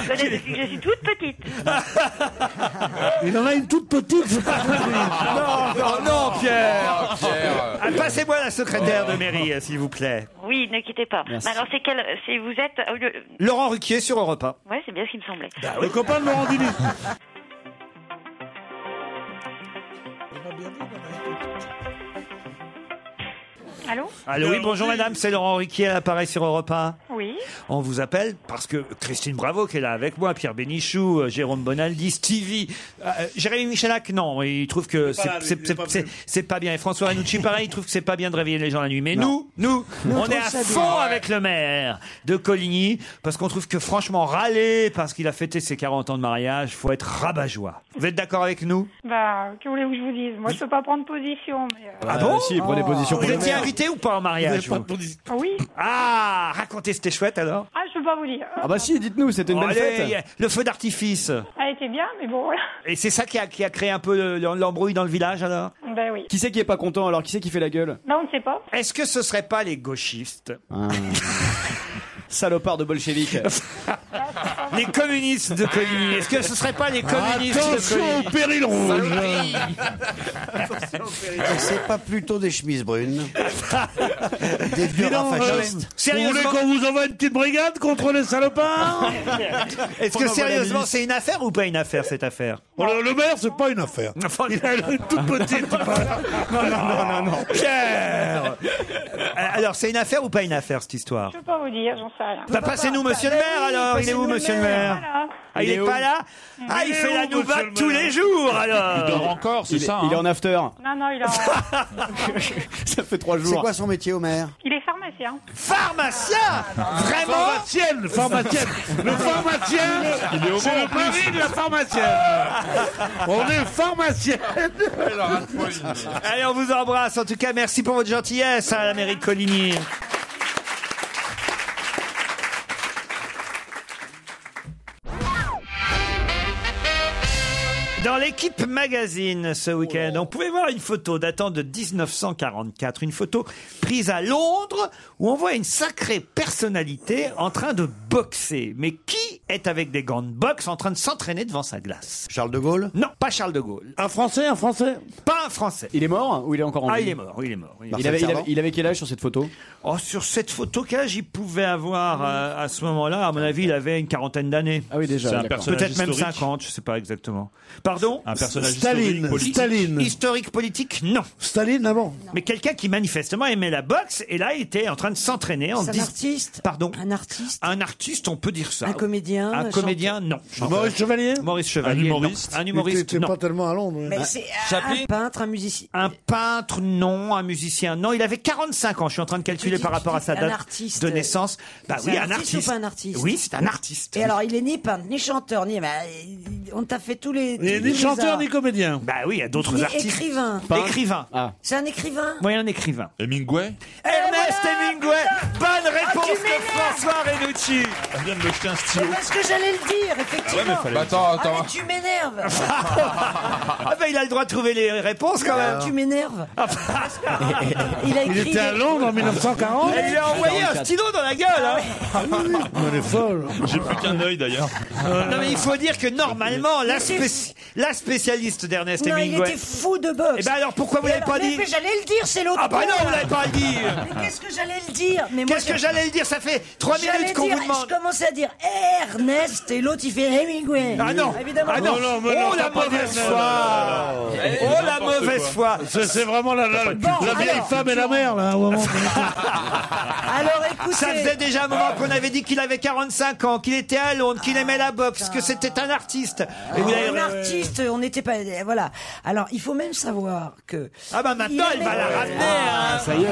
connais depuis que je suis toute petite.
Il en a une toute petite, c'est pas possible.
Oh non, Pierre,
Oh, Pierre.
Ah, Passez-moi la secrétaire de
Oh.
mairie, euh, s'il vous plaît.
Oui, ne quittez pas.
Merci.
Mais Alors, c'est quel. C'est vous êtes. euh, le-
Laurent Ruquier sur Europe 1.
Ouais, c'est bien ce qui me semblait.
Bah
Le copain de Laurent Dini.
Allô
Allô, oui, bonjour madame, c'est Laurent Ruquier à l'appareil sur Europe 1.
Oui.
On vous appelle parce que Christine Bravo qui est là avec moi, Pierre Bénichou, euh, Jérôme Bonaldi, Stevie, euh, Jérémy Michalak, non, il trouve que
pas
c'est-
là, lui,
c'est
il est
c'est-
pas
c'est- c'est pas bien. Et François Renucci, pareil, il trouve que c'est pas bien de réveiller les gens la nuit. Mais nous, nous,
Nous, on
on
trouve
est à
ça bien.
fond avec le maire de Coligny parce qu'on trouve que franchement râler parce qu'il a fêté ses 40 ans de mariage, faut être rabat-joie. Vous êtes d'accord avec nous
Bah, que voulez-vous que je vous dise Moi, je peux pas prendre position, mais... euh,
Ah bon
si, prenez position pour
Vous
le
étiez
maire.
invité ou pas en mariage vous
ah Oui
Ah, racontez, c'était chouette alors
Ah, je peux pas vous dire.
Ah bah si, dites-nous, c'était
une belle fête.
Le feu d'artifice.
Euh, Elle était bien, mais bon, voilà.
Et c'est ça qui a, qui a créé un peu le- le- l'embrouille dans le village alors
Ben oui.
Qui c'est qui est pas content alors Qui c'est qui fait la gueule
Non, on ne sait pas.
Est-ce que ce serait pas les gauchistes
Ah. Salopard de bolchevique.
Les communistes de Coligny Est-ce que ce serait pas les communistes de
Attention
Coligny
au péril rouge
C'est
pas plutôt des chemises brunes Des vieux
Non, euh,
fascistes
Vous voulez qu'on vous envoie une petite brigade contre les salopards
Ah. Est-ce que sérieusement c'est une affaire ou pas une affaire cette affaire
Oh, le, le maire, c'est pas une affaire. Il a une toute petite.
Non, non, non, non, non. Pierre Alors c'est une affaire ou pas une affaire cette histoire
Je peux pas vous dire, j'en sais rien.
Bah, passez-nous monsieur le maire alors Il est où monsieur le maire
Voilà.
Ah, il
Il
est
est
pas
où
là Ah, il
Il est
fait
où,
la
monsieur
nouba
le
tous
maire
les jours alors
Il dort encore, c'est
Il est-
ça
Il est
hein
en after.
Non, non, il, a...
Ça fait trois jours.
C'est quoi son métier au maire
il est pharmacien.
Ah,
Pharmacien Vraiment
Pharmacienne, pharmacienne. Le pharmacien,
Il est au
c'est
moins,
le
en
mari de la pharmacienne. On est pharmacienne.
Allez, on vous embrasse. En tout cas, merci pour votre gentillesse à la mairie de Coligny. Dans l'équipe magazine ce week-end, on pouvait voir une photo datant de 1944, une photo prise à Londres où on voit une sacrée personnalité en train de boxer. Mais qui est avec des gants de boxe en train de s'entraîner devant sa glace
Charles de Gaulle
Non, pas Charles de Gaulle.
Un Français, un Français.
Pas un Français.
Il est mort ou il est encore en vie
Ah, il est mort, oui, il est mort. oui.
Il avait, il avait- il avait quel âge sur cette photo
Oh, sur cette photo, quel âge il pouvait avoir euh, à ce moment-là À mon avis, il avait une quarantaine d'années.
Ah oui, déjà.
C'est un
d'accord.
personnage
Peut-être même
historique.
50, je sais pas exactement. Pardon
Un personnage
Staline,
historique, politique.
Staline.
Historique politique Non.
Staline ah avant.
Mais quelqu'un qui manifestement aimait la boxe et là il était en train de s'entraîner en
C'est un
dis-
artiste
Pardon.
Un artiste
Un artiste, on peut dire ça.
Un comédien
Un comédien, non.
Maurice Chevalier
Maurice Chevalier.
Un
non.
humoriste
Un
Il
humoriste,
était
non.
pas tellement à Londres. hein.
Mais c'est
Chaplin
un peintre, un musicien.
Un peintre, non. Un musicien, non. Il avait 45 ans. Je suis en train de calculer
dis-
par
tu
rapport à
dis
sa
un
date
artiste.
de naissance. Bah
C'est
oui,
un
un
artiste ou
artiste.
pas un artiste
Oui, c'est un artiste.
Et alors, il est ni peintre, ni chanteur, ni. bah, il- on t'a fait tous les.
Il y a
tous
ni
les
chanteur,
arts.
ni comédien. Bah oui, il y a d'autres
Ni
artistes.
écrivain. Peintre.
Écrivain.
C'est un écrivain.
Oui, un écrivain.
Hemingway
Ernest Hemingway. Bonne réponse
Ah, tu
de François Renucci.
Elle vient de me jeter un
C'est
stylo.
parce que j'allais le dire, effectivement.
Ah ouais, mais fallait le Attends, dire. attends.
Ah, mais tu m'énerves.
Ah ben, il a le droit de trouver les réponses quand même.
Ah, Tu m'énerves. Il a
Il
écrit
était à
des-
Londres en 1940.
Elle lui a envoyé un stylo dans la gueule. hein.
Ah,
Elle est folle. Euh,
J'ai plus qu'un œil d'ailleurs.
Non mais il faut dire que normalement la, spéci- la spécialiste d'Ernest
Non, il
Hemingway.
était fou de boxe.
Eh ben alors, pourquoi vous l'avez
alors-
pas
mais-
dit
Mais j'allais le dire, c'est l'autre.
Ah bah non,
point,
vous
là.
l'avez pas dit.
Mais qu'est-ce que j'allais le dire Mais moi,
Qu'est-ce
j'ai-
que j'allais le dire Ça fait trois
J'allais
minutes qu'on
dire-
vous demande.
Je commençais à dire Ernest et l'autre il fait Hemingway.
Ah non
Évidemment.
Ah non, Oh la mauvaise foi Oh la mauvaise foi
Ça, Ah, C'est vraiment la, la,
Bon,
la vieille
alors,
femme et la mère, là, au moment.
Alors écoutez.
Ça faisait déjà un moment qu'on avait dit qu'il avait 45 ans, qu'il était à Londres, qu'il aimait la boxe, que c'était un artiste. Et vous
un
l'avez-
artiste, on n'était pas. euh, Voilà. Alors, il faut même savoir que.
Ah bah maintenant,
il
elle va la
aimait-
ramener hein.
Ah, Ça y est.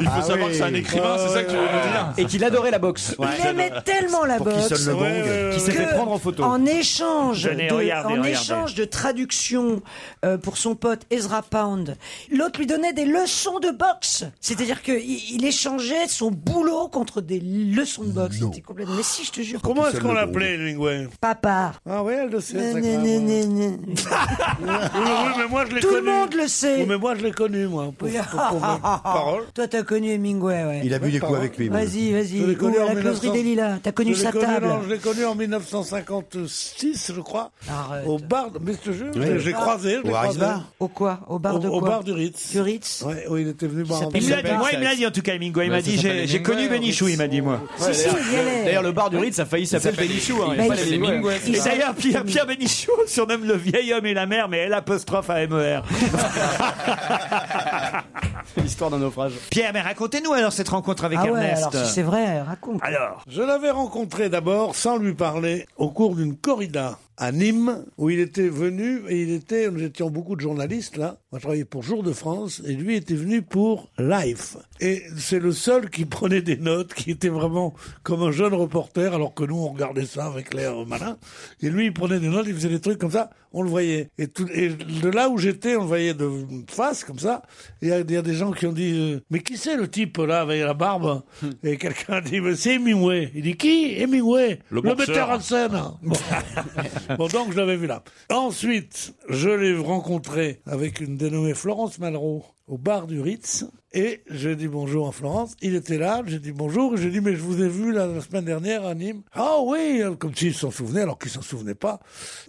Il faut savoir que c'est un écrivain, c'est ça que tu veux me dire
Et qu'il adorait la boxe.
Il aimait tellement la
Pour qu'il
boxe
sonne le gong. Ouais, ouais, ouais. Qu'il s'est fait
que,
prendre en photo.
En échange,
Venez,
de,
regardez,
en
regardez.
échange de traduction euh, pour son pote Ezra Pound, l'autre lui donnait des leçons de boxe. C'est-à-dire qu'il il échangeait son boulot contre des leçons de boxe. C'était complètement. Mais si, je te jure.
Comment est-ce qu'on l'appelait, Hemingway
Papa.
Ah ouais, elle le sait.
Né,
ça,
né,
quand
né,
même.
né, né.
Oui, oui, mais moi, je l'ai
Tout le
connu.
monde le sait.
Oui, mais moi, je l'ai connu, moi. Pour,
Oui.
pour- pour mes paroles.
Toi, t'as connu Hemingway, ouais.
Il a bu des coups avec lui. moi.
Vas-y,
Je l'ai
vas-y,
connu
go à
en
la closerie
1900.
des Lilas. T'as connu
Je l'ai
sa table.
non, je l'ai connu en 1956, je crois, au bar. de- Mais je te jure,
Oui.
je l'ai- j'ai croisé. je l'ai croisé.
Au quoi Au bar de quoi
Au- au bar du Ritz.
Du Ritz
Ouais, oui, il était venu boire un
Il me l'a dit,
verre.
moi il me l'a dit en tout cas Hemingway, il
Ouais,
m'a
ça
dit
s'appelle
j'ai j'ai
Hemingway,
connu Benichou, il m'a dit moi.
Si, si, il y allait.
D'ailleurs, le bar du Ritz, ça a failli s'appeler Bénichou. Hein. Il y a pas les Hemingway.
Et d'ailleurs, Pierre, Pierre Bénichou surnomme le vieil homme et la mère, mais elle apostrophe E à MER.
L'histoire d'un naufrage.
Pierre, mais racontez-nous alors cette rencontre avec
Ah ouais,
Ernest.
alors si c'est vrai, raconte.
Alors,
Je l'avais rencontré d'abord sans lui parler au cours d'une corrida à Nîmes où il était venu et il était nous étions beaucoup de journalistes là. Moi je travaillais pour Jour de France et lui était venu pour Life. Et c'est le seul qui prenait des notes, qui était vraiment comme un jeune reporter alors que nous on regardait ça avec l'air malin. Et lui il prenait des notes, il faisait des trucs comme ça, on le voyait. Et, tout- et de là où j'étais, on le voyait de face comme ça. Et Il y, a- il y a des gens qui ont dit euh, mais qui c'est le type là avec la barbe Et quelqu'un a dit mais c'est Hemingway. Il dit qui Hemingway,
Le
le,
boxeur.
metteur en scène. Bon. Bon, donc je l'avais vu là. Ensuite, je l'ai rencontré avec une dénommée Florence Malraux au bar du Ritz. Et j'ai dit bonjour à Florence. Il était là, j'ai dit bonjour. J'ai dit, mais je vous ai vu la, la semaine dernière à Nîmes. Ah oui, comme s'il s'en souvenait, alors qu'il s'en souvenait pas.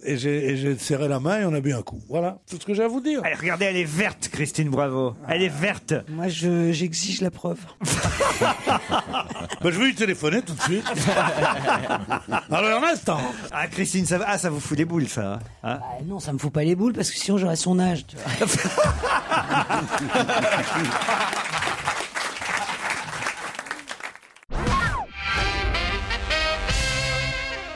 Et j'ai et j'ai serré la main et on a bu un coup. Voilà, c'est ce que j'ai à vous dire.
Eh, regardez, elle est verte, Christine Bravo. Elle est verte.
Ah, Moi, je- j'exige la preuve.
Bah, je vais lui téléphoner tout de suite. alors, hein. un instant.
Ah, Christine, ça, va- ah, ça vous fout des boules, ça. hein
Ah, non, ça me fout pas les boules parce que sinon j'aurais son âge. tu vois.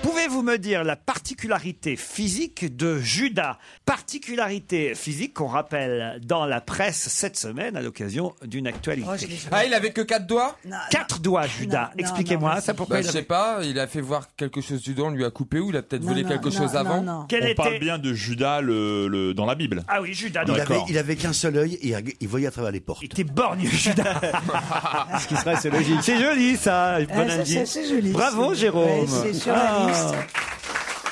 Pouvez-vous me dire la particularité physique de Judas Particularité physique qu'on rappelle dans la presse cette semaine à l'occasion d'une actualité.
Oh, je l'ai-
Ah, il avait que quatre doigts
Quatre doigts, Judas.
non,
Expliquez-moi
non,
ça pourquoi
bah,
il
Je
a-
sais pas, il a fait voir quelque chose du doigt, on lui a coupé ou il a peut-être
Non,
volé
non,
quelque
non,
chose
non,
avant
non.
Quel
On parle
était-
bien de Judas le, le- dans la Bible.
Ah oui, Judas.
Il avait,
D'accord.
il avait qu'un seul œil et il reg- il voyait à travers les portes.
T'es borgne, Judas.
Ce qui serait, c'est logique.
C'est joli, ça. Bon
Ah, ça,
indice.
ça, c'est joli.
Bravo,
C'est-
Jérôme.
ouais, c'est sur la
Ah.
liste.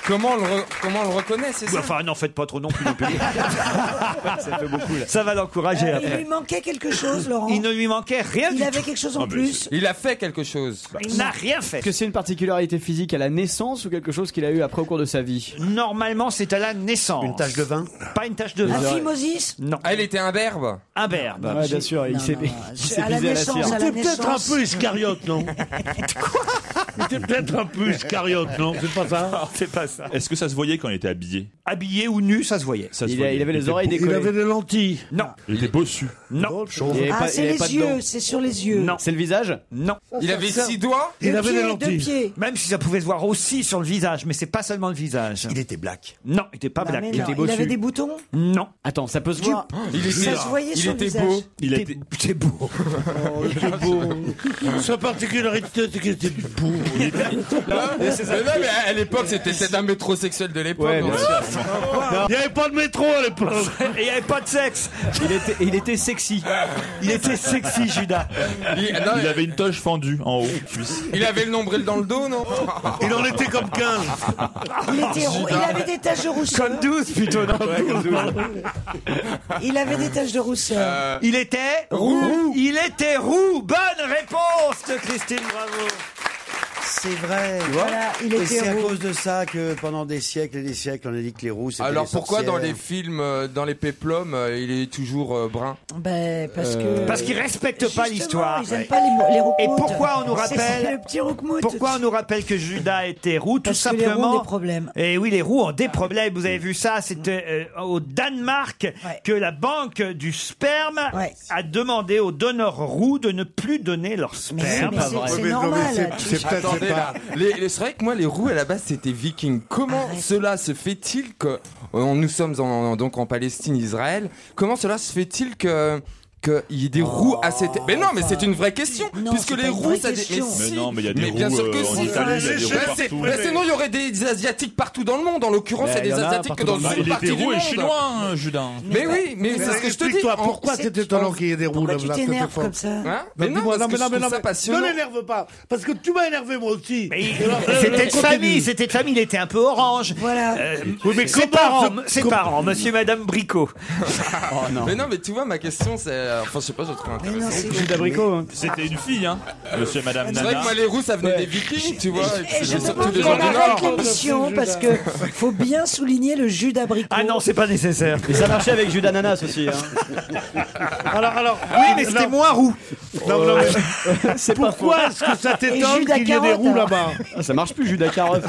Comment on le, re- comment on le reconnaît, c'est ça
Enfin, n'en faites pas trop non plus. le public.
Ça fait beaucoup, là.
ça va l'encourager.
Euh, il
après.
lui manquait quelque chose, Laurent.
Il ne lui manquait rien
Il
du
avait
tout. bah,
quelque chose en
Ah, mais
plus.
Il a fait quelque chose.
Il n'a rien fait.
Est-ce que c'est une particularité physique à la naissance ou quelque chose qu'il a eu après au cours de sa vie
Normalement, c'est à la naissance.
Une tache de vin
Pas une tache de
La
vin.
phimosis
Non.
Ah, il était imberbe
Un berbe.
Ouais, bien sûr, il
Non,
s'est
non,
il s'est
c'est à la
baisé à la
naissance,
cire.
à la-
T'es peut-être un
naissance.
peu Iscariote, non Quoi T'es peut-être un peu Iscariote, non C'est pas ça
Non, c'est pas ça.
Est-ce que ça se voyait quand il était habillé
Habillé ou nu, ça se voyait.
Ça se
Il, a-
voyait.
il avait les
était
oreilles
beau-
Il
décollées.
avait des lentilles.
Non,
Il était bossu.
non,
Il avait
Ah,
pas- il
c'est
avait pas
les
de dents.
yeux, c'est sur les yeux.
Non.
C'est le visage
non.
Il avait six doigts
Il
Deux
avait des
pieds, deux
lentilles.
pieds.
Même si ça pouvait se voir aussi sur le visage, mais c'est pas seulement le visage.
Il était black.
Non, il était pas
Non,
black.
mais
Il
non,
était
Il
bossu.
avait des boutons.
Non.
Attends, ça peut se voir.
Il était,
Ça Oh, se voyait
il
sur le
était
visage.
beau.
Il
T'es-
était.
T'es beau.
Oh, il était beau. Sa particularité, c'est qu'il était beau.
Mais non, mais
euh,
à l'époque, c'était peut-être un métrosexuel de l'époque.
Ouais, bien
hein.
sûr.
Non.
avait pas de métro à l'époque. Et il n'y avait pas de sexe. Il était, il était sexy. Il était sexy, Judas.
Il, avait une toche fendue en haut. cuisse.
Il avait le nombril dans le dos, non
Il en était comme 15.
Ah,
Il, était roux- il avait des taches de rousseur.
Comme 12 plutôt, non
Il avait des taches de rousseur.
Euh, Il était roux. Il était roux. Bonne réponse de Christine Bravo.
C'est vrai.
Tu vois
Voilà, il
et
était
c'est à
roux.
cause de ça que pendant des siècles et des siècles, on a dit que les roux, c'était
Alors
des
pourquoi dans les
sorcières.
films, euh, dans les péplums, euh, il est toujours euh, brun
Bah,
Ben, parce
Euh,
que.
Parce qu'ils respectent pas l'histoire.
Ils aiment pas les, mo- les roucoutes.
Et pourquoi on nous
C'est- c'est
rappelle
le petit roucoute.
Pourquoi on nous rappelle que Judas était roux Tout
Parce que les
simplement.
roux ont des problèmes.
Et Eh oui, les roux ont des problèmes. Vous avez vu ça C'était euh, au Danemark que la banque du sperme a demandé aux donneurs roux de ne plus donner leur sperme.
mais c'est- c'est Ouais, mais non, normal, mais c'est- tu- c'est peut-être-
Attendez,
c'est pas-
là. Les- les- C'est vrai que moi, les roues à la base, c'était viking. Comment cela se fait-il que. euh, Nous sommes en- en- donc en Palestine, Israël. Comment cela se fait-il que. Qu'il y ait des roues à cette. Mais non, mais c'est une vraie question. puisque
Oh. c'est pas
les
une
roues,
vraie
ça. dé-
question.
Mais,
Mais
si,
non, mais il y a des
bien
roues,
sûr que
euh, en Italie,
si.
il y a des
Mais
roues
c'est-
partout.
mais sinon, il y aurait des, des Asiatiques partout dans le monde. En l'occurrence,
Bah,
c'est
il
des
y en a
Asiatiques que
partout
dans
dans le
une
monde. Il est
partie
des
du
roues et
monde.
chinois, hein, Judas.
Mais oui, mais c'est ce que je te dis.
Explique-toi,
En-
pourquoi
c'est-
c'est
je
étonnant
pense-
qu'il y ait des roues
Pourquoi
là
tu
là,
t'énerves
c'est fort.
comme ça
Hein
Hein
Non,
Mais non,
dis-moi,
parce
non,
que
mais
je
non, mais
trouve
non,
ça
mais
passionnant.
Ne l'énerve pas, parce que tu m'as énervé moi aussi. Alors, euh,
C'était de
continue.
famille, c'était de famille, il était un peu orange.
Voilà.
oui, mais ses
comment
parents,
se-
ses
com-
parents, monsieur et madame Bricot.
Oh,
Mais non, mais tu vois, ma question, c'est. euh, Enfin, je sais pas, je trouve intéressant.
C'était une fille, hein. Monsieur et Madame
C'est vrai que
Nana.
moi, les roues, ça venait des vikings, tu vois. et que
Et je
c'était surtout
propose
des
qu'on
gens du
arrête
Nord.
l'émission parce que faut bien souligner le jus d'abricot.
Ah non, c'est pas nécessaire.
Et ça marchait avec jus d'ananas aussi. hein.
Alors, alors.
Oui, mais c'était moins roux.
Non, non, mais-
Oh. C'est pas
Pourquoi
faux.
est-ce que ça
Et
t'étonne
Judas
qu'il y ait des
Carotte,
roues
alors.
là-bas
Ah, Ça marche plus, jus à carotte.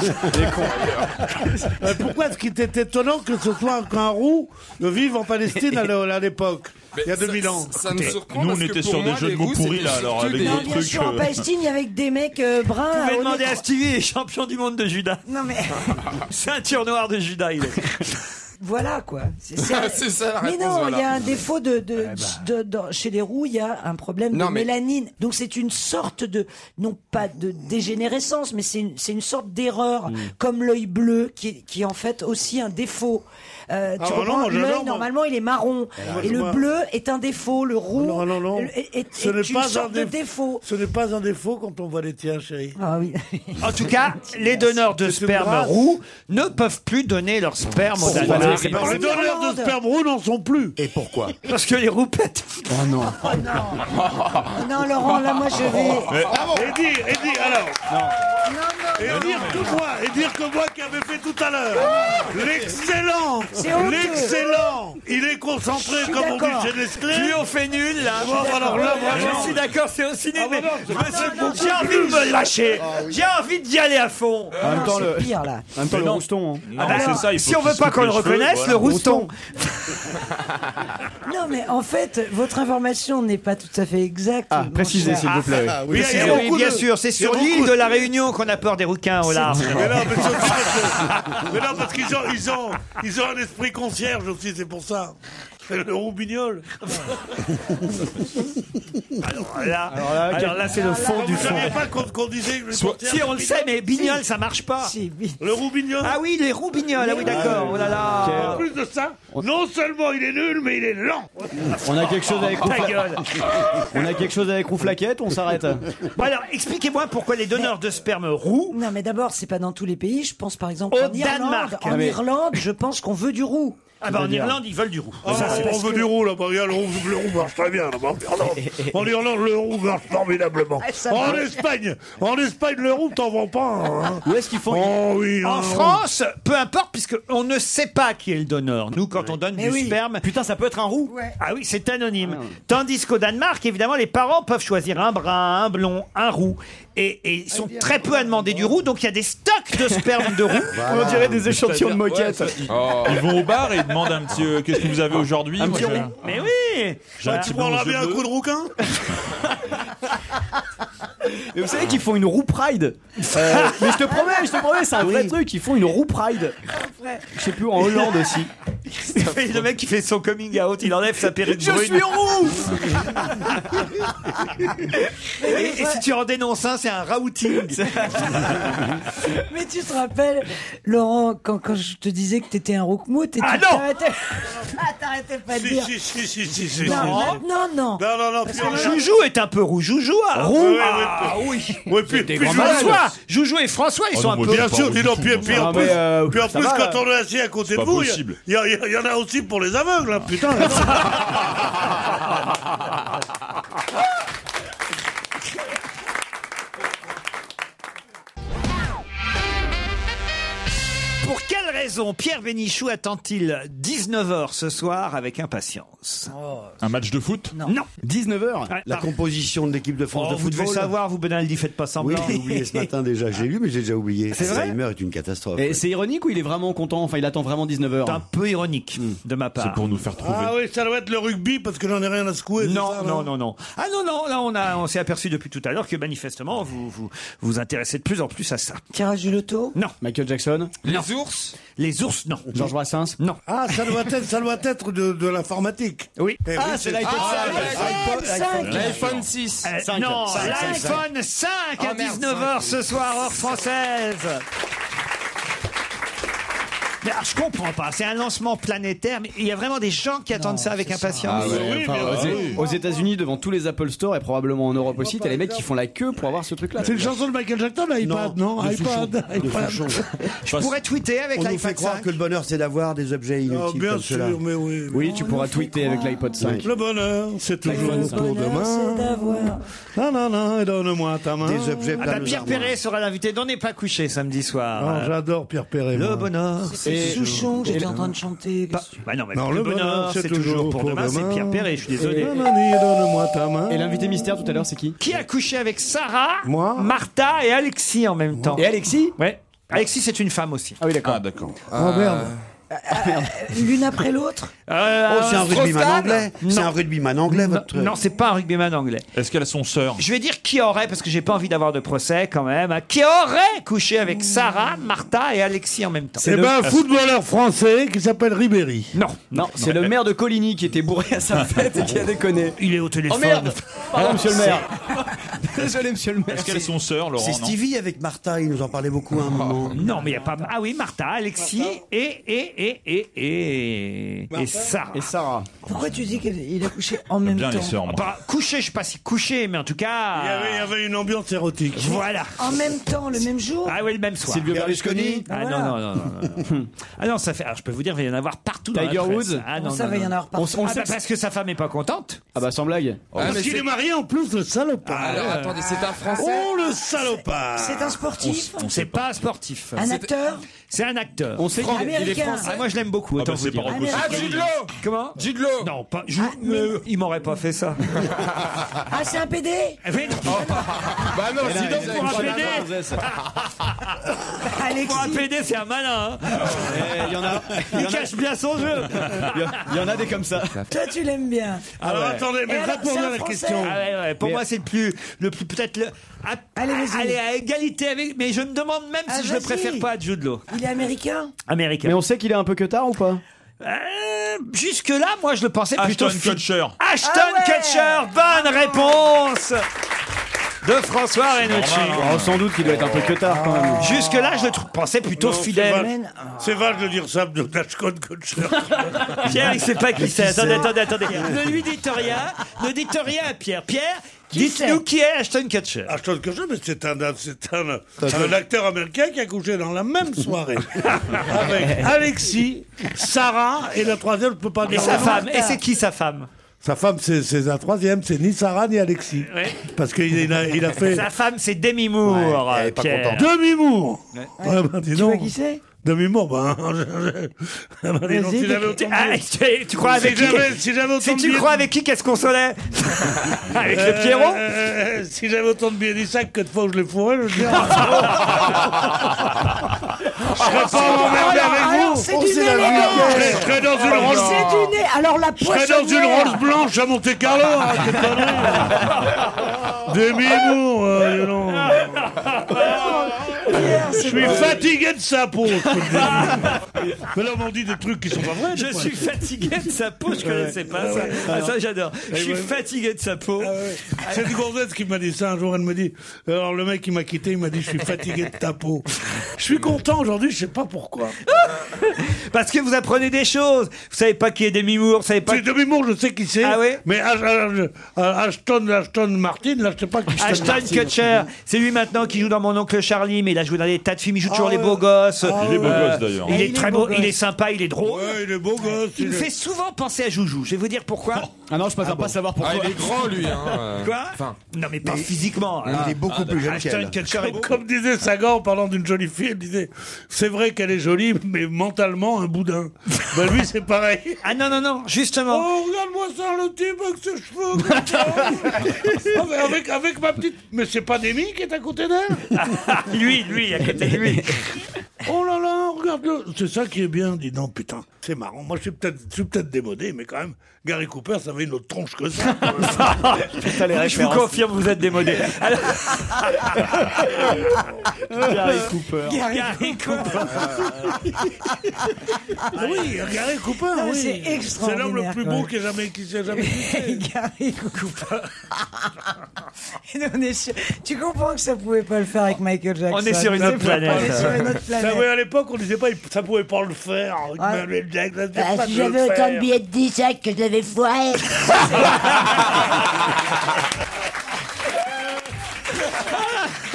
Euh, Pourquoi est-ce qu'il était étonnant que ce soit qu'un roux de vivre en Palestine à l'e- à l'époque, il y a
Mais
2000
ça-
ans
ça me surprend
nous, on
parce que
était
pour
sur des
moi,
jeux
les
de mots
roues,
pourris,
c'était
là, alors,
surtout
avec
des-
vos
Non, bien sûr,
euh,
en Palestine, il y avait que des mecs euh, bruns.
Vous pouvez
au nez
demander à
creux.
Stevie, il est champion du monde de Judas.
Non mais
Ceinture noire de Judas, il est.
voilà quoi. C'est
C'est ça, la
Mais
réponse,
non, il
voilà.
y a un défaut de, de,
Ah, bah.
de- dans- chez les roux, il y a un problème
Non,
de
mais-
mélanine. Donc c'est une sorte de non pas de dégénérescence, mais c'est une, c'est une sorte
Hmm.
d'erreur comme l'œil bleu qui est, qui est en fait aussi un défaut. Euh,
Ah,
tu
non,
reprends,
moi, j'adore,
l'œil
moi.
normalement il est marron
Alors,
et le
moi-
bleu est un défaut, le roux est, est-
Ce
est
n'est
une
pas un
sorte de
déf-
défaut.
Ce n'est pas un défaut quand on voit les tiens, chérie.
Ah oui.
En tout cas, les donneurs de
C'est une
sperme
grâce.
roux ne peuvent plus donner leur sperme aux
Pourquoi
Danois.
Les donneurs de sperme roux n'en sont plus.
Et pourquoi
Parce que les roux pètent.
Oh non.
Non Laurent, là moi je vais.
Oh,
Ah
Et dire, et dire, alors. Et dire que moi, et dire que moi qui avait fait tout à l'heure. L'excellent,
Ah C'est honteux.
l'excellent. Il est concentré
Je suis
comme on
d'accord.
dit chez Nestlé.
Lui, on fait nul, là.
Bon, alors là, moi,
je
non.
suis d'accord, c'est au ciné,
Ah,
mais
bah non, c'est pas Ah,
monsieur,
non, non,
j'ai
non,
envie
non,
de me
non.
lâcher. J'ai envie d'y aller à fond.
En même temps,
c'est
le,
pire là.
en même temps, le
non.
rouston. hein.
Non,
Ah bah
mais c'est
alors,
ça, il faut
si on
qu'il
veut
se
pas
coupe
qu'on
les
le
cheveux,
reconnaisse,
voilà.
le rouston.
Non, mais en fait, votre information n'est pas tout à fait exacte.
Ah,
mon
précisez
cher.
s'il vous plaît.
Ah,
Oui,
oui.
il y a
oui,
beaucoup
bien
de-
sûr, c'est
il y a
sur
beaucoup
l'île
de-
de la Réunion qu'on a peur des requins au large.
Mais non, mais c'est aussi parce que- mais non, parce qu'ils ont, ils ont, ils ont un esprit concierge aussi, c'est pour ça. C'est le roubignol.
Alors là,
Alors là,
alors là, c'est le fond du
Vous
fond.
saviez pas qu'on qu'on disait que les portières-
Si, on le sait, mais Bignol, ça marche pas.
Si, oui.
Le roubignol
Ah oui, les roux Bignol, ah oui, d'accord. Oh là
En
là.
plus de ça, non seulement il est nul, mais il est lent.
On a quelque chose avec
Ta
Roufla-
gueule.
on a quelque chose avec Rouflaquette, on s'arrête.
Bon alors, expliquez-moi pourquoi les donneurs de sperme roux.
Non, mais d'abord, c'est pas dans tous les pays. Je pense par exemple
Au
en Irlande.
Danemark.
En
Ah, mais-
Irlande, je pense qu'on veut du roux.
Ah bah en Irlande, ils veulent du roux.
Ah,
Ça,
on-
c'est-
on veut du roux là-bas, regarde, le roux, le roux marche très bien là-bas. En Irlande, En Irlande, le roux marche formidablement.
Ah, ça
En
marche.
Espagne, en Espagne, le roux, t'en vends pas. hein.
Où est-ce qu'ils font
Oh oui.
En
hein,
France, peu importe, puisque on ne sait pas qui est le donneur. Nous, quand on donne
Mais
du
oui.
sperme,
Putain, ça peut être un roux.
ah oui, c'est anonyme.
Ah.
Tandis qu'au Danemark, évidemment, les parents peuvent choisir un brun, un blond, un roux, et, et ils sont très peu à demander du roux, donc il y a des stocks de sperme de roux.
On dirait des échantillons de moquette.
Oh.
Ils vont au bar et ils demandent un petit euh, qu'est-ce que vous avez aujourd'hui
Un
Moi,
Ah.
petit
j'ai-
roux.
Mais oui,
J'ai un petit
Bah, On
blond
l'a
aux yeux
bien un
bleus.
coup de rouquin
Mais vous savez qu'ils font une roue pride. Euh, mais je te promets, je te promets, c'est un vrai truc. Ils font une roue pride. Je sais plus en Hollande aussi.
le mec qui fait son coming out, il enlève sa perruque
Je
brune.
suis roux
et, et si tu en dénonces un, c'est un routing.
Mais tu te rappelles, Laurent, quand, quand je te disais que t'étais un roukmout et
Ah
tu
non
t'arrêtais- Ah, t'arrêtais pas de
Si,
dire.
si, si, si, si, si.
Non, maintenant, non.
Non, non, non.
Parce
puis
que
on est-
Joujou est un peu roujoujoard.
Roux.
Ah oui.
Oui, puis,
C'était
puis
grand
François.
malade. Joujou et François, ils sont un peu.
Bien sûr, dis donc, puis, puis en plus, puis en
euh, ça
plus,
va, là.
quand on est assis à côté
C'est
de
pas
vous, il
possible.
y, a- y a- y en a aussi pour les aveugles, hein, putain.
Pour quelle raison Pierre Bénichou attend-il 19h ce soir avec impatience
Un match de foot
Non.
19h
La composition de l'équipe de France
Oh,
de
vous devez
football.
savoir, vous, Benaldi, faites pas
Oui,
semblant.
j'ai oublié ce matin déjà. J'ai lu, mais j'ai déjà oublié.
C'est vrai
Alzheimer est une catastrophe.
Et c'est ironique ou il est vraiment content Enfin, il attend vraiment Hmm. 19h. C'est un
peu ironique de ma part.
C'est pour nous faire
Ah oui, ça doit être le rugby parce que j'en ai rien à secouer.
Non, non, non, non. Ah non, non, là, on, a, on s'est aperçu depuis tout à l'heure que manifestement, vous, vous vous intéressez de plus en plus à ça.
Tirage du loto
Non.
Michael Jackson
Les ours Les ours, non.
Georges Brassens
Non.
Ah, ça doit être, ça doit être de, de l'informatique.
Oui.
Eh
Ah, c'est l'iPhone
Ah,
cinq.
Ah,
l'iPhone-
L'iPhone
6.
Cinq.
non,
Cinq, cinq,
l'iPhone 5
Oh
à
merde,
19h
cinq,
ce soir, heure française. Mais alors, je comprends pas, c'est un lancement planétaire, mais il y a vraiment des gens qui attendent ça avec impatience.
Ah ouais, enfin, aux- aux États-Unis, devant tous les Apple Store et probablement en Europe aussi, t'as les mecs qui font la queue pour avoir ce truc-là.
C'est une chanson de Michael Jackson, iPad, non,
de
iPad,
Souchon. De
iPad.
Souchon.
Je pourrais tweeter avec
On nous
l'iPhone
fait croire
5.
que le bonheur, c'est d'avoir des objets inutiles
Ah, bien
comme cela.
sûr, mais oui.
Oui, tu pourras tweeter avec l'iPod 5.
Le bonheur, c'est toujours
Le
le tour de main. Non, non, non, donne-moi ta main.
Des objets
Ah bah, Pierre Perret sera l'invité d'On n'est pas couché samedi soir.
Oh, J'adore Pierre Perret.
Le
moi.
bonheur.
C'est Souchon que j'étais en train de chanter.
Bah non, mais le, bonheur, c'est toujours pour demain, c'est Pierre Perret, je suis désolé.
donne-moi ta main.
Et l'invité mystère tout à l'heure, c'est qui
Qui a couché avec Sarah,
Moi.
Martha et Alexis en même temps
Et Alexis
Ouais. Alexis, c'est une femme aussi.
Ah oui, d'accord.
d'accord.
Oh, merde. Euh,
L'une après l'autre
Euh,
Oh, c'est un rugbyman anglais. C'est un rugbyman anglais,
Non,
votre.
non, c'est pas un rugbyman anglais.
Est-ce qu'elles sont sœurs
Je vais dire qui aurait, parce que j'ai pas envie d'avoir de procès quand même, hein, qui aurait couché avec Sarah, Martha et Alexis en même temps.
C'est ben un footballeur français qui s'appelle Ribéry.
Ah,
Ah,
Non.
Non, c'est le maire de Coligny qui était bourré à sa fête et qui a déconné.
Ah. Il est au
Oh
téléphone. Ah.
merde Pardon, monsieur le maire. Désolé, monsieur le maire.
Est-ce qu'elles sont sœurs, Laurent
C'est
non
Stevie avec Martha, il nous en parlait beaucoup à un moment.
Non, mais il n'y a pas. Ah oui, Martha, Alexis et. et. et. et. et. et Sarah.
Et Sarah.
Pourquoi tu dis qu'il a couché en même temps
Ah, bah, couché, je sais pas si couché, mais en tout cas.
Il y, avait, il y avait une ambiance érotique.
Voilà.
En même temps, le même jour
Ah oui, le même soir.
Silvio Berlusconi
Ah
Voilà.
non, non, non, non, non. ah non, ça fait. Alors, je peux vous dire, il va y en avoir partout dans
Tiger
la presse.
Woods
Ah non,
Ça
non,
va y
non.
en avoir
On,
partout.
on
Ah
sait
bah, parce que sa femme est pas contente.
Ah bah sans blague.
Parce qu'il est marié en plus, le salopard.
Alors, attendez, c'est un français
Oh, le salopard
C'est un sportif
Oh,
C'est pas un sportif.
Un acteur
C'est un acteur.
On sait qu'il est- il est
Américain.
français.
Ah, moi je l'aime beaucoup,
Ah
autant
bah,
vous
c'est pas
dire.
Rocco
Ah,
Siffredi.
Comment
Gidlo
Non, pas. je- euh, il m'aurait pas fait ça.
Ah, c'est un PD
Mais non, Eh
Bah non,
Et là,
sinon,
il a
pour
une
un
fois
PD.
la grossesse.
Alexis
pour un PD, c'est un malin. hein.
Eh, Il y en a. Il y
Il
en a-
cache bien son jeu. Ah,
il y en a- il y en a des comme ça.
Toi, tu l'aimes bien.
Alors
ouais.
attendez, mais
Et alors,
répondez
c'est un
à la
Français
question.
Ah ouais, ouais, Pour
Mais-
moi, c'est le plus, le plus peut-être le. à-
Allez, vas-y.
Allez, à égalité avec. Mais je me demande même
Ah,
si je le
vas-y.
préfère pas à Jude Law.
Il est américain
Américain.
Mais on sait qu'il est un peu que tard ou pas
Euh, jusque-là, moi, je le pensais plutôt.
Ashton
fi-
Kutcher.
Ashton
Ah ouais
Kutcher, bonne réponse de François Renucci.
normal,
Oh, Sans doute qu'il doit être un peu que tard quand même.
Jusque-là, je le trou- pensais plutôt
Non,
fidèle.
c'est vague. C'est vague de dire ça de Dashcon Kutcher.
hein.
Pierre, il sait pas qui c'est. Attendez, attendez, attendez. Ne lui dites rien. Ne dites rien à Pierre. Pierre, dites-nous
c'est
qui est Ashton Kutcher.
Ashton Kutcher, mais c'est un, c'est un, un acteur américain qui a couché dans la même soirée avec Alexis, Sarah et la troisième, je peux pas
Et
dire.
sa
le nom.
femme. Et c'est qui sa femme
Sa femme, c'est c'est la troisième, c'est ni Sarah ni Alexis.
Ouais.
Parce qu'il il a, il a fait
Sa femme, c'est Demi Moore.
Ouais, elle est pas
Pierre.
contente.
demi-mour. Ouais, ben, dis
Tu vois
donc.
qui c'est
Demi-mour, ben. je- je- ben, dis donc,
Vas-y,
si j'avais
t'es-
autant de
Ah,
billets-
tu, tu crois avec
Si
qui
j'avais- si j'avais autant
Si
de
tu
billets-
crois avec qui qu'est-ce qu'on s'enlève
Ah,
Avec le Pierrot
Euh, euh, euh, Si j'avais autant de billets du sac que de fois où je les fourrais, je le dirais. Je serais pas emmerdé
alors,
avec
alors,
vous.
Oh,
Oh,
c'est du nez, les gars
Je serais dans une
C'est
range.
du nez alors la
Je serais dans une
poissonnière-
roche blanche à Monte Carlo, hein, t'es pas né. Demi-mour, euh, dis donc. Je suis fatigué de sa peau. je peux te dire. Mais là, on m'en dit des trucs qui sont pas vrais. des
Je
fois.
suis fatigué de sa peau, je
Ouais.
connaissais pas
Ah
ça.
ouais.
Ah,
Alors.
ça, j'adore.
Ah
Je suis
ouais.
fatigué de sa peau.
C'est une gonzesse qui m'a dit ça un jour. Elle me dit Alors, le mec, il m'a quitté. Il m'a dit Je suis fatigué de ta peau. Je suis content aujourd'hui, je sais pas pourquoi.
Parce que vous apprenez des choses. Vous savez pas qui est Demi Moore, vous savez pas.
C'est Demi Moore, je sais qui c'est.
Ah ouais
Mais Ash- Ash- Ashton, Ashton Martin, là, je sais pas qui c'est.
Ashton
Martin.
Kutcher, c'est lui maintenant qui joue dans Mon oncle Charlie, mais il a joué dans des tas de films, il joue
Ah
toujours les
ouais.
beaux gosses. Euh,
Ah Il est beau gosse, d'ailleurs.
Il
Ah,
est
il
très
est
beau,
beau
il est
gosse.
sympa, il est drôle.
Ouais, il est beau gosse.
Il me
est-
fait souvent penser à Joujou. Je vais vous dire pourquoi.
Ah non, je préfère pas savoir pourquoi.
Ah, il est grand, lui, hein. Quoi
Enfin.
Non, mais pas physiquement.
Ah,
alors.
il est beaucoup plus jeune
Ashton
qu'elle.
Kutcher est
Comme, comme disait Sagan en parlant d'une jolie fille, elle disait C'est vrai qu'elle est jolie, mais mentalement un boudin. bah lui, c'est pareil.
Ah non, non, non, justement.
Oh, regarde-moi ça, le type avec ses cheveux. comme ça. avec, Oh, avec, avec ma petite. Mais c'est pas Demi qui est à côté d'elle
lui, lui, à côté de lui.
Oh là là, regarde-le. C'est ça qui est bien, dis donc, putain. C'est marrant. Moi, je suis peut-être je suis peut-être démodé, mais quand même, Gary Cooper, ça avait une autre tronche que ça.
Putain, les Je vous confirme, vous êtes démodé. Alors...
Gary Cooper.
Gary
Ah oui, Gary Cooper,
Non, mais
oui.
c'est
C'est l'homme le
extraordinaire,
plus
quand
beau
même.
qui ait jamais qui s'est jamais existé.
Gary Cooper. Et nous, on est sur- Tu comprends que ça pouvait pas le faire avec Michael Jackson. C'est pas- On est sur une autre planète.
Ça, ouais, à l'époque, on disait pas, il- ça pouvait pas le faire.
Ouais.
Michael Jackson, ça pouvait
Bah,
pas
si
le
j'avais autant de
faire.
billets de 10
hein,
sacs que j'avais foiré.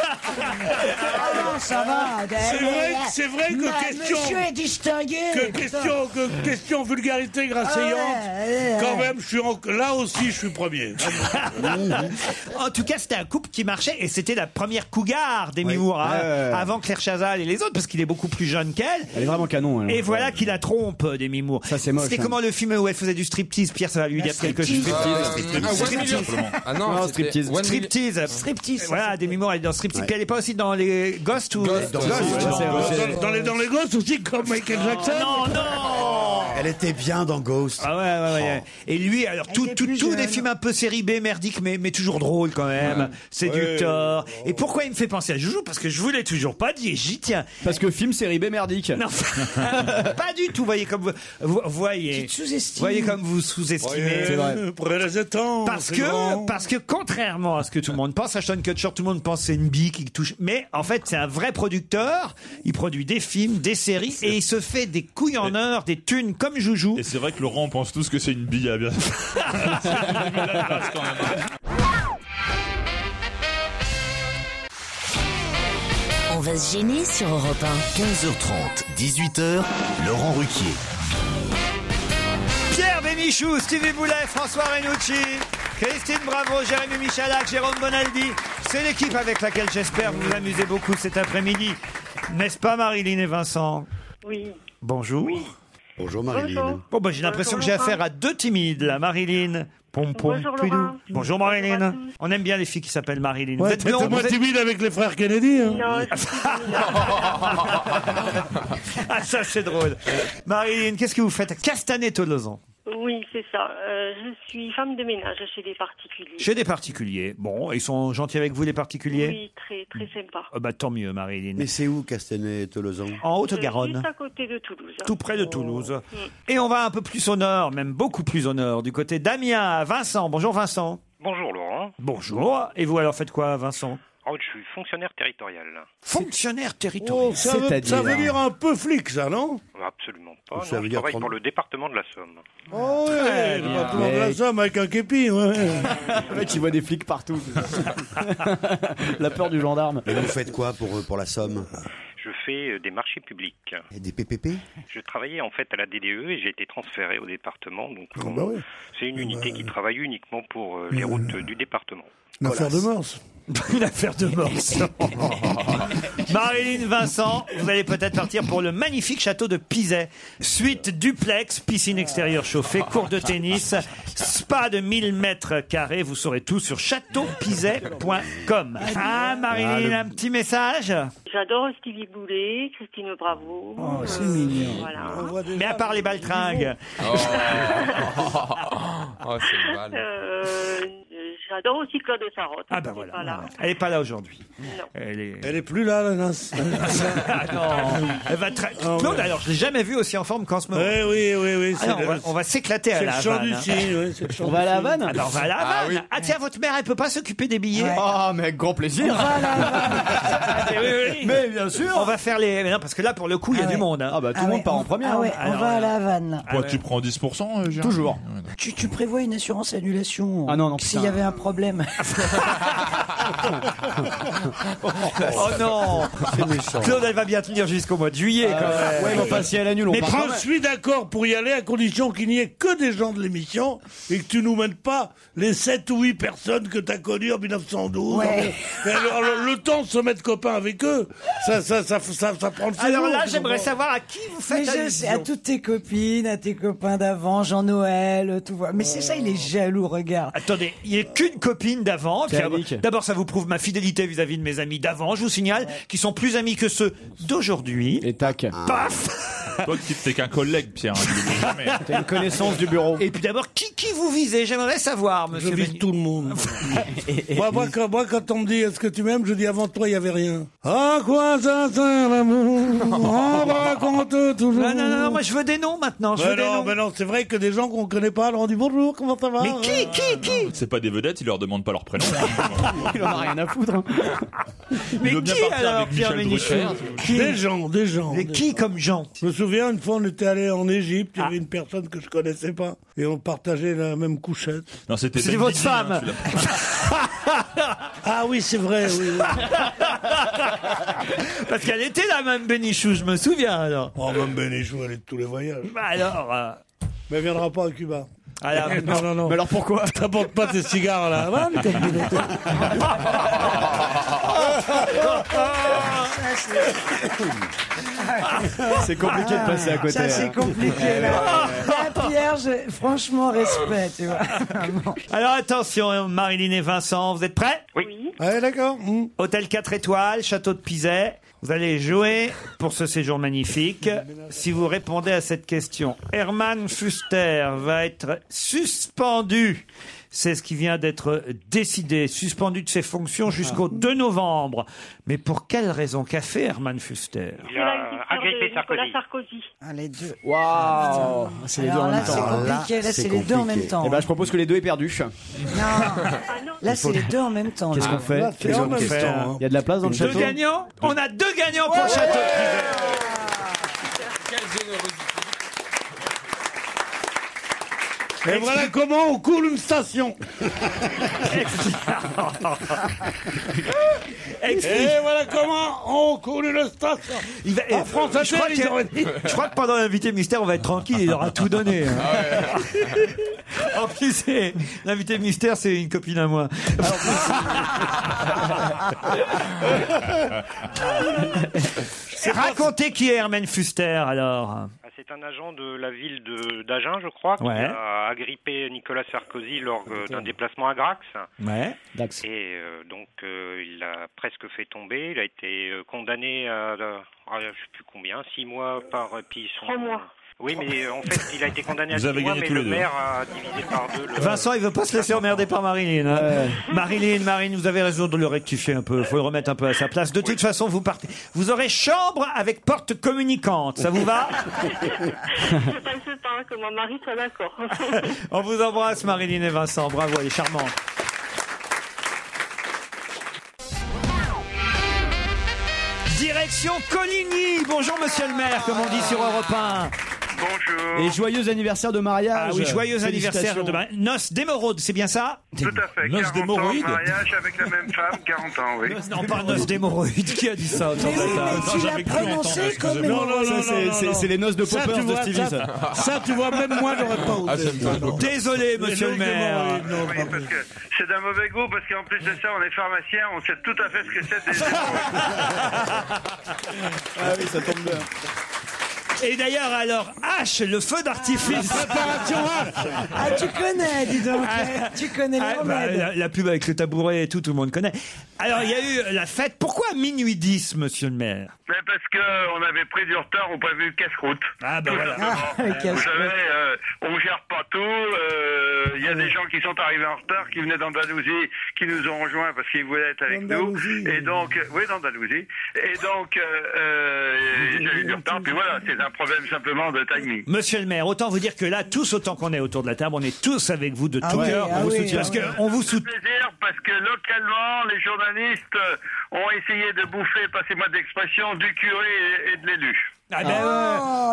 Ah non, ça va.
C'est vrai, c'est vrai que
Ma-
question-
Monsieur est distingué.
Que
putain.
question, que question vulgarité grasseillante.
Ah ouais, ouais,
Quand
ouais.
même, je suis en- là aussi, je suis premier.
en tout cas, c'était un couple qui marchait et c'était la première cougar des Moore, hein,
Ouais.
avant Claire Chazal et les autres, parce qu'il est beaucoup plus jeune qu'elle.
Elle est vraiment canon. elle.
Et voilà qui la trompe, des Moore. Ça,
c'est moche,
C'était
hein.
comment le film où elle faisait du striptease Pierre, ça va lui
La
dire quelque chose.
striptease.
Ah, striptease. Ah, One Million, simplement. Ah non, c'était One Million.
Striptease. Striptease. Voilà, Demi Moore, elle est dans striptease. Puis elle est pas aussi dans les Ghosts ou.
Ghost, Ghost, ouais,
ouais.
dans-
hein.
Dans, dans les, dans les gosses aussi, comme Michael Jackson.
Ah, Non, non
Oh.
Elle était bien dans Ghost.
Ah ouais, ouais, ouais. Et lui, alors, tout, tout, tout des films un peu série B, merdique, mais, mais toujours drôle quand même. Séducteur. Et pourquoi il me fait penser à Joujou Parce que je vous l'ai toujours pas dit, et j'y tiens.
Parce que film série B merdique.
Non, pas du tout. Voyez comme vous, vous- voyez,
Tu te sous-estimes.
voyez comme vous sous-estimez.
C'est vrai.
Parce que, parce que contrairement à ce que tout le monde pense, Ashton Kutcher, tout le monde pense que c'est une bille qui touche. Mais en fait, c'est un vrai producteur. Il produit des films, des séries, et il se fait des couilles en or, des thunes comme Joujou.
Et c'est vrai que Laurent, on pense tous que c'est une bille à bien.
On va se gêner sur Europe
15h30, 18h, Laurent Ruquier.
Pierre Bénichou, Stevie Boulet, François Renucci, Christine Bravo, Jérémy Michalak, Jérôme Bonaldi. C'est l'équipe avec laquelle j'espère vous vous amusez beaucoup cet après-midi. N'est-ce pas Marilyn et Vincent
Oui.
Bonjour.
Bonjour
Bonjour.
Marilyn.
Bon, bah, j'ai l'impression que
Bonjour,
j'ai
Laurent.
affaire à deux timides, là. Marilyn, Pompon,
Bonjour,
Pouidou.
Laurent.
Bonjour, Marilyn. On aime bien les filles qui s'appellent Marilyn. vous
Ouais,
êtes blonde,
T'es moins
vous êtes-
timide avec les frères Kennedy. hein.
Non, je suis timide.
Ah, ça, c'est drôle. Marilyn, qu'est-ce que vous faites à Castanet-Tolosan
oui, c'est ça. Euh, je suis femme de ménage chez des particuliers.
Chez des particuliers. Bon, ils sont gentils avec vous, les particuliers
Oui, très, très sympa.
Ah, bah, Tant mieux, Marilyn.
Mais c'est où Castanet et Tolosan
En
Euh,
Haute-Garonne.
Juste à Oh. côté de Toulouse.
tout près de Toulouse. Et on va un peu plus au nord, même beaucoup plus au nord, du côté d'Amiens, à Vincent. Bonjour Vincent.
Bonjour Laurent.
Bonjour. Et vous alors faites quoi Vincent
Oh, je suis fonctionnaire territorial.
Fonctionnaire
Oh,
territorial.
ça, veut, ça veut dire un peu flic, ça, non
Absolument pas.
Ça
non,
veut
je
dire
travaille
prendre-
pour le département de la Somme.
Oh, ouais, le
bien.
patron de la
Mec.
Somme avec un képi, ouais.
Le mec, il voit des flics partout.
Ah
La peur du gendarme.
Et vous faites quoi pour, euh, pour la somme
Je fais euh, des marchés publics.
Et Des PPP
Je travaillais en fait à la DDE et j'ai été transféré au département. Donc, on-
bah ouais. Mmh.
c'est une unité qui travaille uniquement pour euh, les routes euh, du département.
Une affaire de mœurs.
Une affaire de morse. Marilyn Vincent, vous allez peut-être partir pour le magnifique château de Pizet. Suite duplex, piscine extérieure chauffée, cours de tennis, spa de 1000 mètres carrés. Vous saurez tout sur châteaupizet.com. Ah, Marilyn, un petit message
J'adore Stevie Boulet, Christine Bravo.
Oh, c'est mignon.
Voilà.
Mais à part les baltringues.
Oh, c'est mal.
Euh, J'adore aussi Claude Sarotte.
Ah ben voilà. Elle n'est pas là aujourd'hui. Elle est...
Elle est plus là, la nasse.
Ah non. Elle va très-
Ah ouais.
Claude, alors, je l'ai jamais vu aussi en forme qu'en ce moment.
Oui, oui, oui, oui, c'est
Ah non,
le-
on va- on va s'éclater à
c'est
la
le chant
Havane,
du
hein.
cygne, oui, c'est le chant
On
du
va à la
cygne.
Havane Ah bah, on va à la
Ah
Havane.
oui.
Ah tiens, votre mère, elle peut pas s'occuper des billets
Ah, mais avec grand plaisir.
Mais bien sûr. On va faire les. mais non, parce que là, pour le coup, il y a du monde. Ah bah,
Ah ouais, on-
hein.
Ah ouais, on va à
euh,
la Havane.
Quoi, tu prends 10% euh, Gérard
Toujours.
Tu, tu prévois une assurance annulation
Ah non, non,
S'il
putain.
y avait un problème.
Oh non Claude, elle va bien tenir jusqu'au mois de juillet.
Ah
quand même.
Mais prends- je suis d'accord pour y aller à condition qu'il n'y ait que des gens de l'émission et que tu nous mènes pas les 7 ou 8 personnes que tu as connues en 1912.
Ouais.
Et alors, le, le temps de se mettre copain avec eux, ça, ça, ça, ça, ça prend le
Alors
cerveau,
là,
tu
j'aimerais
comprends
savoir à qui vous
Mais
faites
je sais, à
allusion.
toutes tes copines, à tes copains d'avant, Jean-Noël, tout voilà. Mais c'est ça, il est jaloux, regarde.
Attendez, il n'y a qu'une copine d'avant. puis
Yannick.
ab- D'abord, ça vous prouve ma fidélité vis-à-vis de mes amis d'avant. Je vous signale qui sont plus amis que ceux d'aujourd'hui.
Et tac.
Paf
Ah. Toi, qui- t'es qu'un collègue, Pierre. hein, tu le dis jamais.
T'as une connaissance du bureau.
Et puis d'abord, qui, qui vous visez J'aimerais savoir, monsieur.
Je vise tout le monde. moi, moi, quand, moi, quand on me dit est-ce que tu m'aimes, je dis avant toi, il n'y avait rien. Ah, quoi ça sert l'amour On raconte Oh, bah, toujours.
Non, non, non, non, moi je veux des noms maintenant. Je
Mais
veux des
non,
noms.
mais non, c'est vrai que des gens qu'on connaît pas, alors on dit bonjour, comment ça va
Mais qui, qui, qui
C'est pas des vedettes, ils leur demandent pas leur prénom.
Il en a rien à foutre. hein.
Mais
veut bien
qui
partir
alors,
avec
Pierre
Michel
Bénichou
Drucker.
Qui
Des gens, des gens.
Mais qui comme Ah. gens
Je me souviens, une fois, on était allé en Égypte, il y avait une personne que je connaissais pas, et on partageait la même couchette.
Non, c'était
C'était
Ben
votre
Guigui,
femme.
hein, celui-là.
Ah oui, c'est vrai, oui. oui.
Parce qu'elle était là, même Bénichou, je me souviens alors.
Oh, même Benichou, elle est de tous les voyages.
Bah alors. euh, Ah,
Mais elle viendra pas à Cuba.
alors-
Non, non, non.
Mais alors pourquoi
T'apportes pas tes cigares là.
C'est compliqué de passer à côté. hein.
Ça, c'est compliqué, là. Là, Pierre, je- franchement, respect, tu vois.
Alors attention, hein, Marilyn et Vincent, vous êtes prêts
Oui.
Ouais, d'accord. Mm.
Hôtel 4 étoiles, château de Pizet. Vous allez jouer pour ce séjour magnifique. Si vous répondez à cette question, Herman Fuster va être suspendu. C'est ce qui vient d'être décidé, suspendu de ses fonctions
Ah.
jusqu'au 2 novembre. Mais pour quelle raison qu'a fait Herman Fuster
Il a
agrippé
Nicolas
Sarkozy.
Sarkozy.
Ah, les deux.
Waouh Ah, C'est les deux
Alors
en
là,
même temps.
c'est
hein.
compliqué. Là, c'est les deux en même temps. hein.
Eh ben, je propose que les deux aient perdu.
Là, c'est les deux en même temps.
Qu'est-ce
là.
Ah,
qu'on fait
c'est en même
question,
temps, hein.
Il y a de la place dans le
Deux
château
gagnants On a deux gagnants pour le château de Pizet.
Et voilà comment on coule une station. Et voilà comment on coule une station.
Il va-
En France
je, crois
Inter, ils
que-
auraient dit.
je crois que pendant l'invité mystère, on va être tranquille, il aura tout donné. hein. en plus, c'est- l'invité mystère, c'est une copine à moi. Racontez qui est Herman Fuster alors.
Ah, C'est un agent de la ville de- d'Agen, je crois, qui
Ouais.
a agrippé Nicolas Sarkozy lors euh, d'un déplacement à Grax.
Ouais.
Dax.
Et euh, donc, euh, il l'a presque fait tomber. Il a été euh, condamné à, à- à- je sais plus combien, six mois par. euh, Puis son...
Trois mois.
Oui, mais euh, en fait, il a été condamné à
Vous
six
avez
mois,
gagné
mais
tous
le
les deux.
maire a divisé par deux. le-
Vincent, il veut pas se laisser emmerder par Marilyn. hein.
Ouais.
Marilyn, Marilyn, vous avez raison de le rectifier un peu. Faut le remettre un peu à sa place. De toute façon, vous partez. Vous aurez chambre avec porte communicante. Ça vous va
Je pense pas que mon mari soit d'accord.
On vous embrasse, Marilyn et Vincent. Bravo, elle est charmante. Direction Coligny. Bonjour, monsieur le maire, comme on dit sur Europe 1.
Et joyeux anniversaire de mariage.
Ah oui, joyeux anniversaire de mariage. Noces d'émeraude, c'est bien ça
Tout à fait,
Noces
40 ans de d'hémorroïdes
mariage
avec la même femme, 40 ans, oui.
Non, pas noces d'hémorroïdes. Qui a dit ça autour
Mais
de la
oui,
table
mais tu l'as prononcé comme
excusez-moi.
Non, non, non, Ça, c'est- non, c'est- non. c'est les noces de Ça, Poppers tu de vois, Stevie, ça. ça. Ça, tu vois, même moi, j'aurais pas osé. Ah, j'aime pas beaucoup.
Désolé,
Mais
monsieur le
non,
maire.
non,
Oui,
parce
que-
C'est d'un mauvais goût parce qu'en plus de ça, on est pharmacien, on sait tout à fait ce que c'est des
Ah oui, ça tombe bien.
Et d'ailleurs, alors, H, le feu d'artifice.
Ah, tu connais, dis donc.
Ah,
tu connais les
Ah, bah,
remèdes.
la, la pub avec le tabouret et tout, tout le monde connaît. Alors, il y a eu la fête. Pourquoi à minuit 10, monsieur le maire
Mais parce qu'on avait pris du retard, on prévu casse-route.
Ah ben voilà.
Vous savez, euh, on gère pas tout. euh, Il y a des gens qui sont arrivés en retard, qui venaient d'Andalousie, qui nous ont rejoints parce qu'ils voulaient être avec nous. Et donc, euh, oui, d'Andalousie. Et donc, euh, euh, j'ai eu du retard. Puis voilà, c'est un problème simplement de timing.
Monsieur le maire, autant vous dire que là, tous autant qu'on est autour de la table, on est tous avec vous de
Ah
tout
ouais,
cœur.
ah
on vous
oui,
soutient.
ah
Parce
ouais.
qu'on vous soutient.
plaisir parce que localement, les journalistes euh, ont essayé de bouffer, passez-moi d'expression, du curé et- et de l'élu.
Ah ben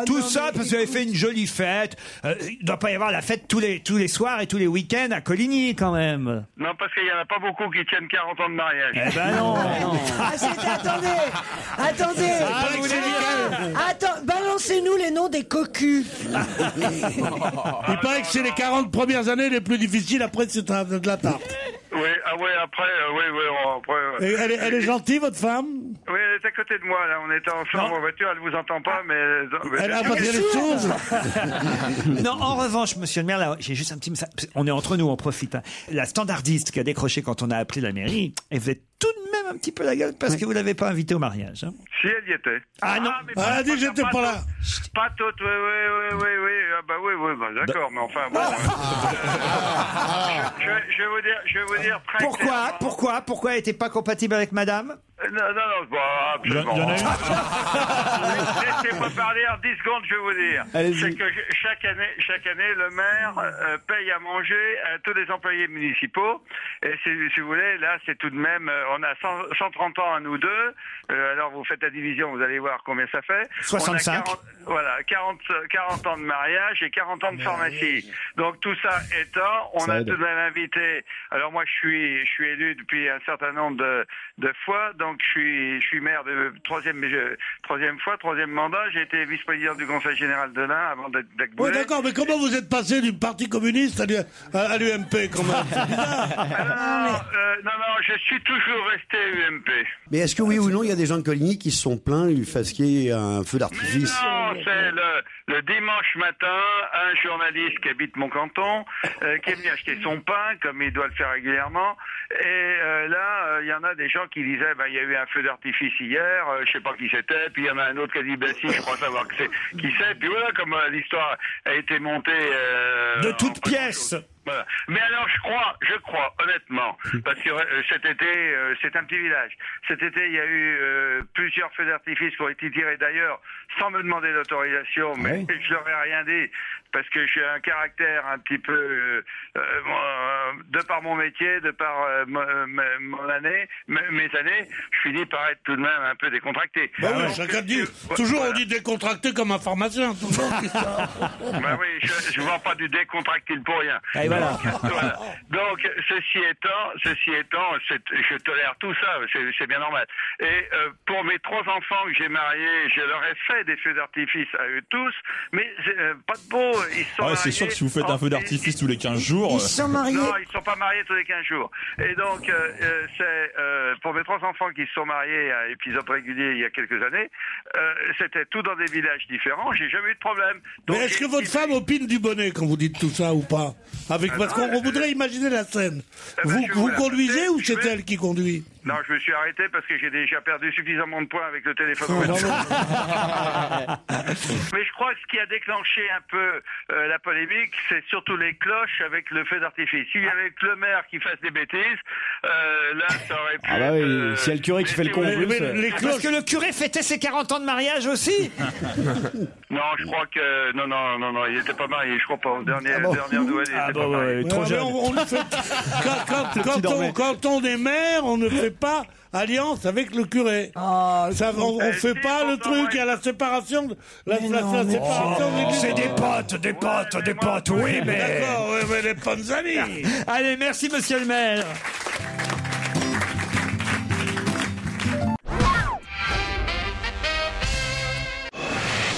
ouais. tout ça parce que vous avez fait une jolie fête. Euh, il ne doit pas y avoir la fête tous les, tous les soirs et tous les week-ends à Coligny quand même.
Non, parce qu'il n'y en a pas beaucoup qui tiennent 40 ans de mariage.
Eh ben non.
Ah, c'était- attendez, attendez.
Ah, vous voulez dire
Attends, balancez-nous les noms des cocus.
Il paraît que c'est les 40 premières années les plus difficiles, après c'est un- de la tarte.
Oui, ah ouais, après, euh, oui, oui, on- après. euh,
Et elle, est, elle est gentille, votre femme
Oui, elle est à côté de moi, là, on était ensemble en voiture, elle vous entend pas, mais. euh,
Elle a pas dit les choses
non, en revanche, monsieur le maire, là, j'ai juste un petit message. On est entre nous, on profite. hein. La standardiste qui a décroché quand on a appelé la mairie, elle faisait tout de même un petit peu la gueule parce que vous l'avez pas invitée au mariage. hein.
Si elle y était.
Ah non.
mais
Elle a dit, j'étais pas là.
toutes, Pas toutes, oui, oui, oui, oui, oui. Ah bah oui, oui, bah d'accord, mais enfin bon. je, je vais vous dire, je vais vous dire très
Pourquoi Pourquoi Pourquoi elle était pas compatible avec madame
Non, non, non, bah, absolument.
Il y en- il y en
Laissez-moi parler en 10 secondes, je vais vous dire.
Allez-y.
C'est que je- chaque année, chaque année, le maire euh, paye à manger à tous les employés municipaux. Et si, si vous voulez, là, c'est tout de même, euh, on a 100 130 ans à nous deux. Euh, alors, vous faites la division, vous allez voir combien ça fait.
65.
On a 40, voilà, 40, 40 ans de mariage et 40 ans de pharmacie. Donc, tout ça étant, on
Ça
a
aide.
tout de même invité. Alors moi, je suis, je suis élu depuis un certain nombre de, de fois, donc je suis, je suis maire de troisième, je- troisième fois, troisième mandat. J'ai été vice-président du Conseil général de l'Ain avant d'être d'être
Oui,
Goulet.
d'accord, mais comment vous êtes passé du Parti communiste à l'U- à à l'UMP, quand même C'est bizarre.
Ah, euh, non, non, je suis toujours resté UMP.
Mais est-ce que oui ou non, il y a des gens de Coligny qui se sont plaints du fasquier à un feu d'artifice
Non, Oh, c'est le, le dimanche matin, un journaliste qui habite mon canton, euh, qui est venu acheter son pain, comme il doit le faire régulièrement. Et euh, là, euh, il y en a des gens qui disaient, ben, il y a eu un feu d'artifice hier, euh, je sais pas qui c'était, puis il y en a un autre qui a dit, ben si, je crois savoir que c'est, qui c'est. Puis voilà comme euh, l'histoire a été montée... euh,
De toutes pièces.
voilà. Mais alors, je crois, je crois, honnêtement,
Hum.
parce que euh, cet été, euh, c'est un petit village. Cet été, il y a eu euh, plusieurs feux d'artifice qui ont été tirés d'ailleurs, sans me demander l'autorisation,
Ah
mais je leur ai rien dit, parce que j'ai un caractère un petit peu, euh, euh, moi, de par mon métier, de par euh, mo- euh, ma- mon année, mes- mes années, je finis par être tout de même un peu décontracté.
Bah oui,
Donc,
chacun
euh,
dit.
voilà.
Toujours on dit décontracté comme un pharmacien. toujours.
Ben oui, je, je vends pas du décontractile pour rien.
Ah, et voilà.
Donc, voilà. Donc, ceci étant, ceci étant, c'est- je tolère tout ça, c'est- c'est bien normal. Et euh, pour mes trois enfants que j'ai mariés, je leur ai fait des feux d'artifice à eux tous, mais euh, pas de beau, ils sont
Ah Ouais, c'est sûr que si vous faites un feu d'artifice tous les 15 jours. euh,
non, ils sont pas mariés tous les 15 jours. Et donc, euh, euh, c'est euh, pour mes trois enfants qui se sont mariés à épisode régulier il y a quelques années, euh, c'était tout dans des villages différents. J'ai jamais eu de problème.
Mais est-ce que votre femme opine du bonnet quand vous dites tout ça ou pas Avec
Ah
Parce qu'on on voudrait imaginer la scène. Vous,
je vais
vous
la
conduisez
passer,
ou
je
c'est
vais-
elle qui conduit
Non, je me suis arrêté parce que j'ai déjà perdu suffisamment de points avec le téléphone.
Oh,
mobile.
bravo.
Mais je crois que ce qui a déclenché un peu euh, la polémique, c'est surtout les cloches avec le feu d'artifice. S'il y avait que le maire qui fasse des bêtises, euh, là, ça aurait pu...
Ah bah oui, s'il y a le curé qui fait le con en plus, euh.
Parce que le curé fêtait ses 40 ans de mariage aussi.
Non, je crois que... Non, non, non, non, il n'était pas marié, je crois pas. Dernier,
Ah bon
Dernière nouvelle, il
Ah
était
bon,
pas marié.
Ouais, mais on- on ne fait- Quand, quand- quand on, quand on est maire, on ne fait pas alliance avec Ah, le curé. Ça, on ne
Eh,
fait
si,
pas
on
le truc à la séparation, de- la, la- la séparation de l'Église.
C'est des potes, des potes, des potes, oui, mais.
D'accord, oui, mais les potes amis.
Allez, merci, monsieur le maire.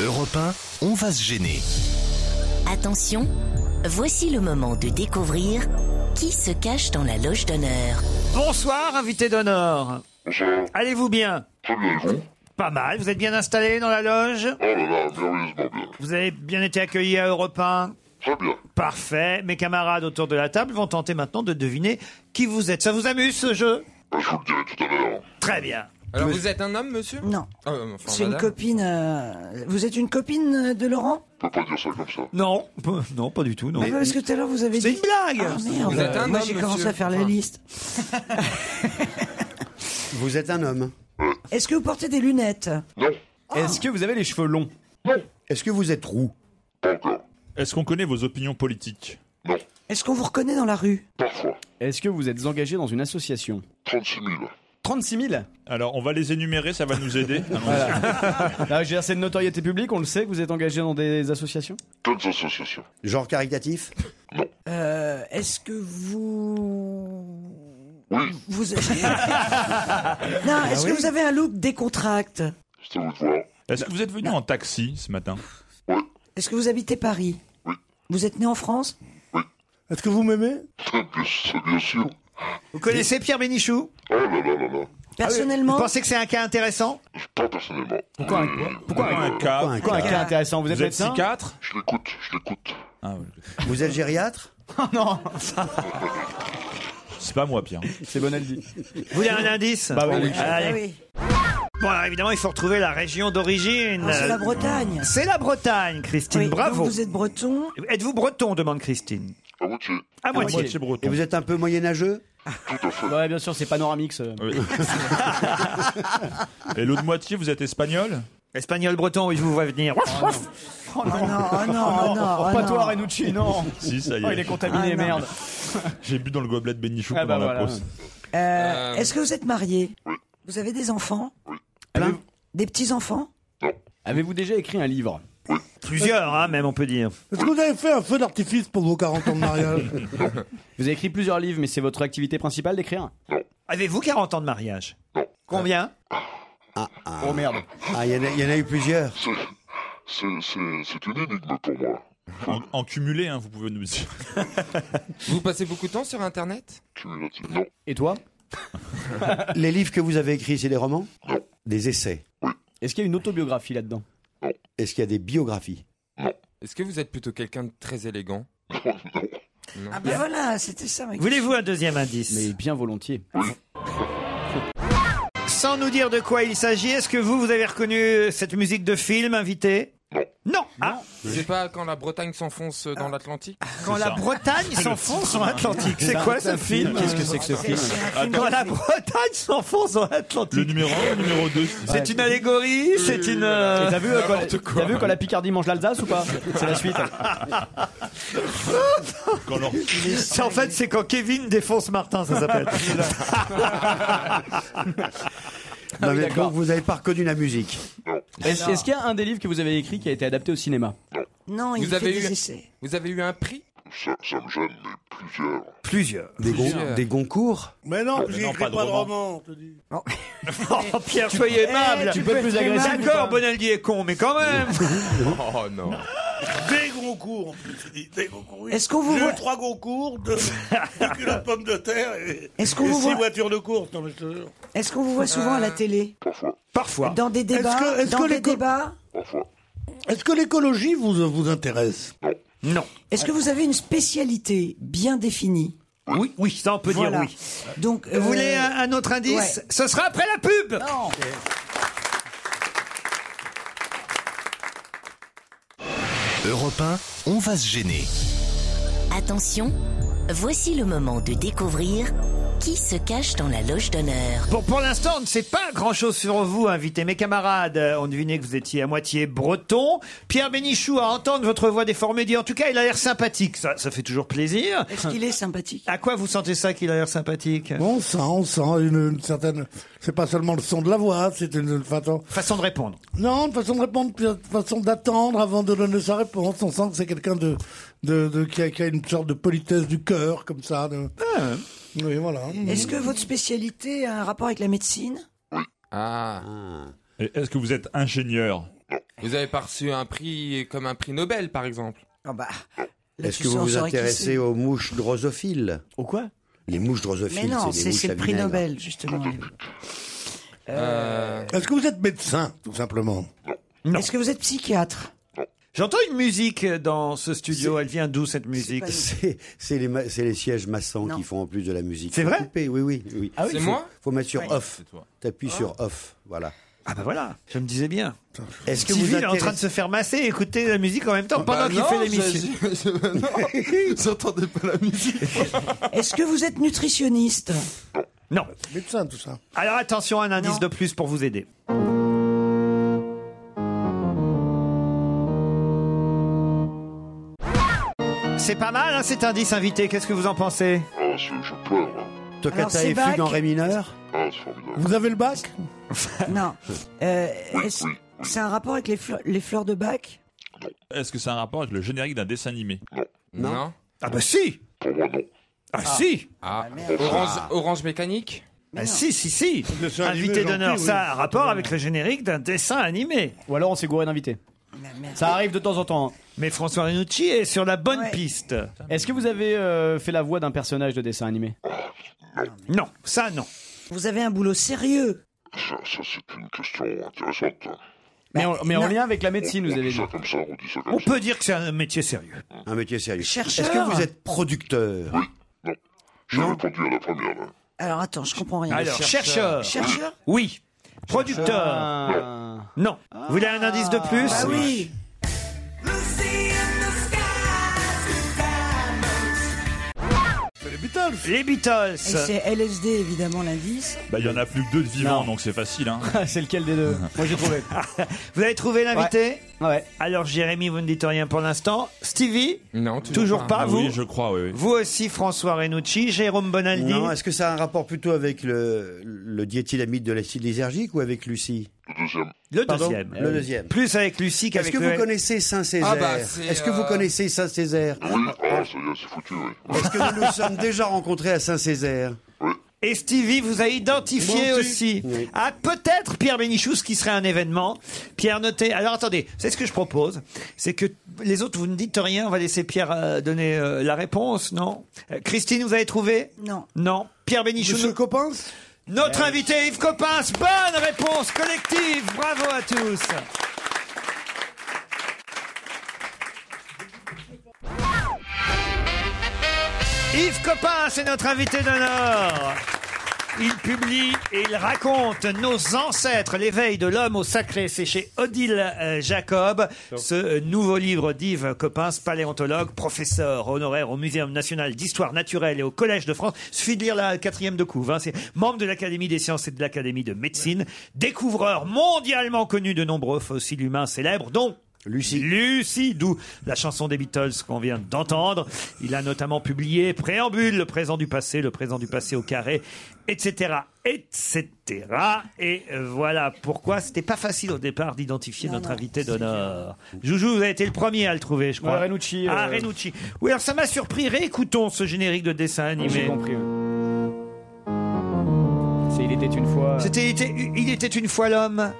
Europe 1, on va se gêner.
Attention, voici le moment de découvrir qui se cache dans la loge d'honneur.
Bonsoir, invité d'honneur. Allez-vous bien Pas mal, vous êtes bien installé dans la loge
Oh là là, merveilleusement bien.
Vous avez bien été accueilli à Europe 1
Très bien.
Parfait. Mes camarades autour de la table vont tenter maintenant de deviner qui vous êtes. Ça vous amuse ce jeu
Bah, Je vous le dirai tout à l'heure.
Très bien.
Alors vous êtes un homme, monsieur
Non.
Euh, enfin,
C'est une
madame.
copine. euh, Vous êtes une copine euh, de Laurent
On peut pas dire ça comme ça.
Non, p- non, pas du tout, non.
Ah, Parce que tout à l'heure vous avez dit. C'est une
blague
merde.
Vous êtes un
Moi
homme,
j'ai commencé
monsieur.
à faire la liste.
Vous êtes un homme.
Est-ce que vous portez des lunettes
Ah. Est-ce que vous avez les cheveux longs
Est-ce que vous êtes roux
Est-ce qu'on connaît vos opinions politiques
Est-ce qu'on vous reconnaît dans la rue
Parfois.
Est-ce que vous êtes engagé dans une association
36 000.
36 000
Alors, on va les énumérer, ça va nous aider. Allons-y.
Là, j'ai assez de notoriété publique, on le sait que vous êtes engagé dans des associations
Toutes associations.
Genre caritatif
Euh, Est-ce que vous. Vous. non,
Ah
est-ce que
oui.
vous avez un look décontracte
C'est à vous de voir.
Est-ce que vous êtes venu en taxi ce matin
Est-ce que vous habitez Paris Vous êtes né en France
Est-ce que vous m'aimez
bien, sûr, bien sûr.
Vous connaissez Pierre Bénichou
Oh là là là là.
Personnellement Vous pensez que c'est un cas intéressant
Pas personnellement.
Pourquoi un, pourquoi un-
cas
pourquoi un cas intéressant Vous êtes médecin
psychiatre
Je l'écoute, je l'écoute.
Vous êtes gériatre Oh non
C'est pas moi, Pierre.
C'est Bonaldi.
Vous voulez un indice
Bah oui, oui.
Allez.
Ah
Bon, alors, évidemment, il faut retrouver la région d'origine.
Ah, c'est la Bretagne.
C'est la Bretagne, Christine.
Oui,
Bravo.
donc vous êtes breton Ah,
Êtes-vous breton demande Christine. Ah,
À moitié.
À moitié.
Et vous êtes un peu moyenâgeux
Ouais, bien sûr, c'est Panoramix. euh.
Et l'autre moitié, vous êtes espagnol
Espagnol breton, oui, je vous vois venir.
Ah
Oh non, oh non, oh non, oh
Pas
non.
toi, Renucci, non
Si, ça y est.
Oh, il est contaminé,
Ah, non.
merde.
J'ai bu dans le gobelet de Bénichou
Ah,
pendant
bah,
la
voilà.
pause.
Euh, Est-ce que vous êtes marié Vous avez des enfants
Plein.
Des petits-enfants
Avez-vous déjà écrit un livre
Plusieurs, hein, même, on peut dire.
Est-ce que vous avez fait un feu d'artifice pour vos 40 ans de mariage
Vous avez écrit plusieurs livres, mais c'est votre activité principale d'écrire
Avez-vous 40 ans de mariage Combien
Oh merde.
Ah, il y, en a- il y en a eu plusieurs.
C'est- C'est c'est- c'est une énigme pour moi.
En, en cumulé, hein, vous pouvez nous dire.
Vous passez beaucoup de temps sur Internet
Cumulatif. Non.
Et toi
Les livres que vous avez écrits, c'est des romans Des essais
Est-ce qu'il y a une autobiographie là-dedans
Est-ce qu'il y a des biographies
Est-ce que vous êtes plutôt quelqu'un de très élégant
Oh,
Ah bah voilà, c'était ça. ma
Voulez-vous un deuxième indice
Mais bien volontiers.
Ah.
Sans nous dire de quoi il s'agit, est-ce que vous, vous avez reconnu cette musique de film, invité Non. Ah,
C'est pas quand la Bretagne s'enfonce dans
Ah.
l'Atlantique
quand la
Ah,
Bretagne s'enfonce en Atlantique. C'est quoi ce film
Qu'est-ce que c'est que ce film
Quand la Bretagne s'enfonce en Atlantique.
Le numéro 1 le numéro 2
C'est une allégorie, c'est une. euh,
Et T'as vu, euh, quand- t'as vu quand la Picardie mange l'Alsace ou pas C'est la suite.
Ah
Quand leur-
C'est- en fait, c'est quand Kevin défonce Martin, ça s'appelle.
Ah
Non, mais donc, vous n'avez pas reconnu la musique.
Est-ce est-ce qu'il y a un des livres que vous avez écrit qui a été adapté au cinéma
Non, il
Vous
fait
avez
des
eu-
essais.
Vous avez eu un prix
Ça, ça me gêne, mais plusieurs.
Plusieurs. Euh,
Des, gon-
Plusieurs.
des Goncourt
Ah
Mais non,
Mais
j'ai
non,
écrit pas, de roman, on te dit.
Oh, Pierre, soyez aimable.
Eh, Tu peux être plus agressif. ou
D'accord,
pas
Bonaldi est con, mais quand même.
Oh non
Des gros cours, en plus, il dit, Des gros cours.
Est-ce qu'on vous
Deux,
voit-
trois gros cours, deux, deux culottes de pommes de terre et,
Est-ce qu'on
et
vous
six
voit-
voitures de course. Non, mais je te jure.
Est-ce qu'on vous voit souvent à la télé
Parfois.
Parfois.
Dans des débats
Est-ce que- est-ce
Dans
que
des
les co-
débats
Parfois.
Est-ce que l'écologie vous, vous intéresse
Non.
Est-ce que vous avez une spécialité bien définie
Oui, oui, ça on peut
Voilà.
dire oui.
Donc,
Vous
euh,
voulez un, un autre indice
ouais.
Ce sera après la pub.
Non.
Europe 1, on va se gêner.
Attention, voici le moment de découvrir Qui se cache dans la loge d'honneur
Bon, pour l'instant, on ne sait pas grand-chose sur vous, invité. Mes camarades euh, ont deviné que vous étiez à moitié breton. Pierre Bénichou, à entendre votre voix déformée, dit en tout cas, il a l'air sympathique. Ça, ça fait toujours plaisir.
Est-ce qu'il est sympathique
À quoi vous sentez ça qu'il a l'air sympathique
On sent, on sent une, une certaine. C'est pas seulement le son de la voix, c'est une, une façon.
Façon de répondre.
Non, une façon de répondre, puis une façon d'attendre avant de donner sa réponse. On sent que c'est quelqu'un de, de, de- qui, a, qui a une sorte de politesse du cœur, comme ça. de- Oui, voilà.
Est-ce que votre spécialité a un rapport avec la médecine
Ah.
Et Est-ce que vous êtes ingénieur
Vous avez pas reçu un prix comme un prix Nobel, par exemple
Ah bah.
Est-ce que vous vous intéressez aux mouches drosophiles
Au quoi
Les mouches drosophiles,
Mais
c'est
non,
des
c'est
mouches
c'est
à
le prix
vinaigre.
Nobel, justement.
Euh, Est-ce que vous êtes médecin, tout simplement
Est-ce que vous êtes psychiatre
J'entends une musique dans ce studio. Elle vient d'où cette musique
C'est c'est les, ma- c'est les sièges massants qui font en plus de la musique.
C'est
Faut
vrai
couper, Oui, oui. oui.
Ah oui, C'est
Faut-
moi
faut mettre sur
Ouais.
off.
C'est toi.
T'appuies
Ah.
sur off, voilà.
Ah bah voilà, je me disais bien.
Est-ce que
Stevie,
vous
il est en train de
intéressez-
se faire masser et écouter la musique en même temps pendant
Bah
qu'il fait l'émission.
J'entendais pas la musique.
Est-ce que vous êtes nutritionniste
Non.
Médecin, tout ça.
Alors attention, un indice de plus pour vous aider. C'est pas mal hein, cet indice invité, qu'est-ce que vous en pensez
Ah, c'est- je pleure, là.
Toccata
Alors, c'est
et
Bach.
fugue en ré mineur
Ah, c'est formidable.
Vous avez le bac
Non. Euh, est-ce-
oui,
c'est un rapport avec les, fleurs- les fleurs de bac
Est-ce que c'est un rapport avec le générique d'un dessin animé
Non. Non.
Ah bah si
Pour moi, non.
Ah, si
Ah,
merde.
Orange,
Ah.
Orange Mécanique
Ah, si, si, si
dessin animé
Invité
gentil,
d'honneur,
oui.
ça a un rapport avec le générique d'un dessin animé.
Ou alors on s'est gouré d'invité. Ça arrive de temps en temps. hein.
Mais François Renucci est sur la bonne piste.
Est-ce que vous avez euh, fait la voix d'un personnage de dessin animé
Non, ça non.
Vous avez un boulot sérieux.
Ça, ça, c'est une question intéressante.
Mais en, mais en lien avec la médecine, vous
On
avez
dit
dit.
ça comme ça, on dit ça comme
On
ça.
peut dire que c'est un métier sérieux.
Un métier sérieux.
Chercheur.
Est-ce que vous êtes producteur
J'ai répondu à la première, là.
Alors attends, je comprends rien.
Alors, chercheur.
Chercheur
Oui. Producteur. Non. Vous voulez un indice de plus
Ah oui.
Les
Les
Beatles
Et c'est
Beatles
LSD évidemment l'indice.
Bah, il y en a plus que deux de vivants, donc c'est facile. Hein.
C'est lequel des deux Moi j'ai trouvé.
Vous avez trouvé l'invité
ouais.
Alors Jérémy, vous ne dites rien pour l'instant. Stevie
Non,
Toujours pas,
Ah
vous
Oui, je crois, oui. oui.
Vous aussi, François Renucci, Jérôme Bonaldi.
Non, est-ce que ça a un rapport plutôt avec le, le diéthylamide de l'acide lysergique ou avec Lucie
le
Pardon
deuxième.
Le deuxième.
Plus avec Lucie
Est-ce
qu'avec
que
le-
vous connaissez Saint-Césaire
Ah bah, c'est,
Est-ce que vous
euh,
connaissez Saint-Césaire
Oui, ah, ça y est, c'est foutu, oui.
Est-ce que nous nous sommes déjà rencontrés à Saint-Césaire
Et Stevie vous a identifié
Moi
aussi.
aussi. Oui.
Ah, peut-être Pierre Bénichou, ce qui serait un événement. Pierre, notez. Alors attendez, c'est ce que je propose. C'est que les autres, vous ne dites rien. On va laisser Pierre euh, donner euh, la réponse, non Euh, Christine, vous avez trouvé
Non.
Non. Pierre Bénichou.
Monsieur
nous-
Copins
Notre invité Yves Coppens, bonne réponse collective, bravo à tous. Yves Coppens est notre invité d'honneur. Il publie et il raconte Nos ancêtres, l'éveil de l'homme au sacré. C'est chez Odile euh, Jacob. Ce euh, nouveau livre d'Yves Coppens, paléontologue, professeur honoraire au Muséum national d'histoire naturelle et au Collège de France. Suffit de lire la quatrième de couve. hein. C'est membre de l'Académie des sciences et de l'Académie de médecine. Découvreur mondialement connu de nombreux fossiles humains célèbres, dont Lucie. Lucie, d'où la chanson des Beatles qu'on vient d'entendre. Il a notamment publié Préambule, le présent du passé, le présent du passé au carré, etc., etc. Et euh, voilà pourquoi c'était pas facile au départ d'identifier notre invité d'honneur. Joujou, vous avez été le premier à le trouver, je crois.
Ouais, Renucci,
Ah,
euh.
Renucci. Oui, alors ça m'a surpris. Réécoutons ce générique de dessin
J'ai
animé.
compris. ouais. C'est Il était une fois.
C'était, était- il était une fois l'homme,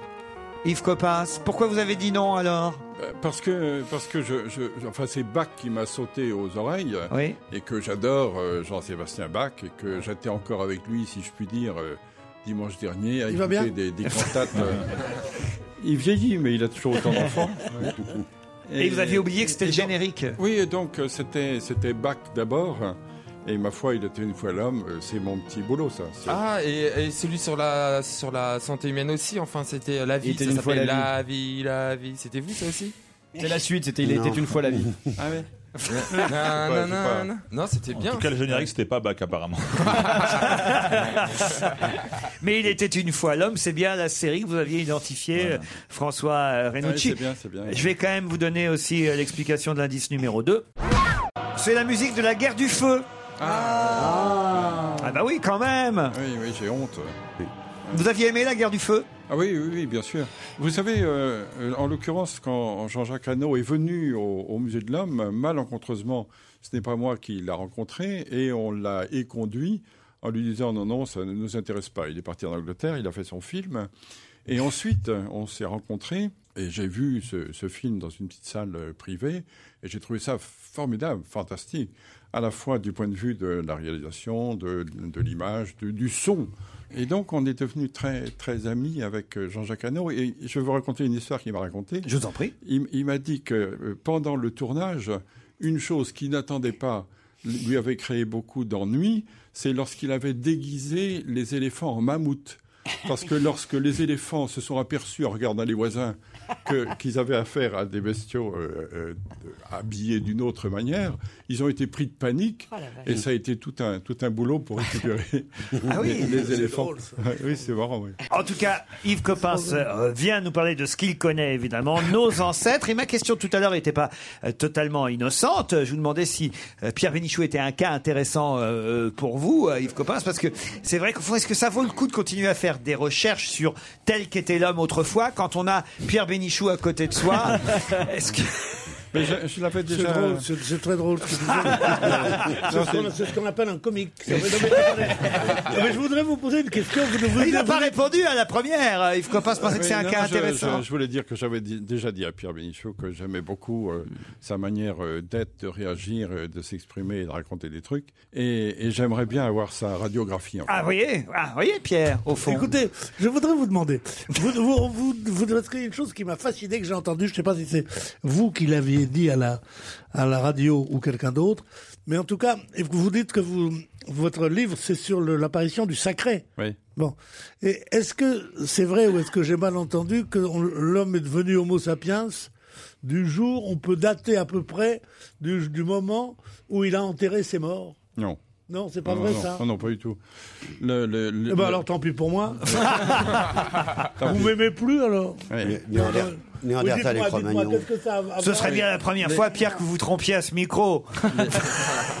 Yves Coppens. Pourquoi vous avez dit non alors
Euh, Parce que, parce que je, je- enfin, c'est Bach qui m'a sauté aux oreilles
Oui.
et que j'adore euh, Jean-Sébastien Bach et que j'étais encore avec lui, si je puis dire, euh, dimanche dernier à
Il va
écouter
bien
des, des cantates. euh. Il vieillit, mais il a toujours autant d'enfants.
Et vous aviez oublié que c'était le générique.
Oui, et donc euh, c'était c'était Bach d'abord. Et ma foi, il était une fois l'homme. euh, C'est mon petit boulot, ça. C'est-
Ah, et, et celui sur la, sur la santé humaine aussi, enfin, c'était euh, la
Il
vie,
était
ça
une fois
s'appelait
la
la vie, la vie. C'était vous, ça aussi
C'est la suite, c'était Il était une fois la vie.
Ah ouais Nan, nan, nan, nan. Non, c'était bien.
En tout cas, le générique, c'était pas Bach, apparemment.
Mais il était une fois l'homme, c'est bien la série que vous aviez identifiée, euh, François euh, Renucci.
Ouais, c'est bien, c'est bien.
Je vais quand même vous donner aussi euh, l'explication de l'indice numéro 2. C'est la musique de la guerre du feu. Ah, bah oui, quand même.
Oui, oui, j'ai honte.
Vous aviez aimé la guerre du feu
Ah oui, oui, oui, bien sûr. Vous savez, euh, euh, en l'occurrence, quand Jean-Jacques Hano est venu au, au Musée de l'Homme, euh, malencontreusement, ce n'est pas moi qui l'a rencontré, et on l'a éconduit en lui disant non, non, ça ne nous intéresse pas. Il est parti en Angleterre, il a fait son film, et ensuite on s'est rencontrés, et j'ai vu ce, ce film dans une petite salle euh, privée, et j'ai trouvé ça formidable, fantastique, à la fois du point de vue de la réalisation, de, de l'image, du, du son. Et donc, on est devenu très, très amis avec euh, Jean-Jacques Hano. Et je vais vous raconter une histoire qu'il m'a racontée.
Je vous en prie.
Il, il m'a dit que euh, pendant le tournage, une chose qu'il n'attendait pas lui avait créé beaucoup d'ennuis, c'est lorsqu'il avait déguisé les éléphants en mammouth. Parce que lorsque les éléphants se sont aperçus en regardant les voisins que- qu'ils avaient affaire à des bestiaux euh, euh, habillés d'une autre manière, ils ont été pris de panique
Oh la vache.
et ça a été tout un, tout un boulot pour récupérer
Ah oui.
les, les
C'est
éléphants.
drôle, ça.
Ouais, oui, c'est marrant. oui.
En tout cas, Yves Coppens euh, vient nous parler de ce qu'il connaît, évidemment, nos ancêtres. Et ma question tout à l'heure n'était pas euh, totalement innocente. Je vous demandais si euh, Pierre Bénichou était un cas intéressant euh, pour vous, euh, Yves Coppens, parce que c'est vrai qu'au fond, est-ce que ça vaut le coup de continuer à faire des recherches sur tel qu'était l'homme autrefois quand on a Pierre Bénichou à côté de soi Est-ce que...
Mais je, je l'avais
C'est
déjà. euh.
drôle, c'est- c'est très drôle. ce que tu dis. C'est ce qu'on- c'est ce qu'on appelle un comique. Non, mais- non, mais attendez. Non, mais je voudrais vous poser une question. Vous devez-
Il n'a pas
vous-
répondu à la première. euh, Yves Coppens pensait que c'est
Oui,
un
non,
cas
je-
intéressant.
Je, je voulais dire que j'avais dit- déjà dit à Pierre Bénichou que j'aimais beaucoup euh, sa manière euh, d'être, de réagir, euh, de s'exprimer et de raconter des trucs. Et, et j'aimerais bien avoir sa radiographie. en fait.
Ah, vous voyez, ah, vous voyez, Pierre, au fond.
Écoutez, je voudrais vous demander, vous, vous, vous, vous noterez une chose qui m'a fasciné, que j'ai entendue, je ne sais pas si c'est vous qui l'aviez dit à la, à la radio ou quelqu'un d'autre, mais en tout cas, et vous vous dites que vous, votre livre, c'est sur le- l'apparition du sacré.
Oui.
Bon. Et est-ce que c'est vrai ou est-ce que j'ai mal entendu que on- l'homme est devenu homo sapiens du jour, on peut dater à peu près du, du moment où il a enterré ses morts
Non.
Non, c'est pas
Non,
vrai
non, Oh,
ça
Non, non, pas du tout. Le, le- le-
Eh ben
le-
alors tant pis pour moi.
Tant
Vous
pis.
m'aimez plus alors
Ouais.
Néander- Néandertal et Cro-Magnon. qu'est-ce que ça a-
Ce serait bien la première
Mais-
fois, Pierre, que vous vous trompiez à ce micro.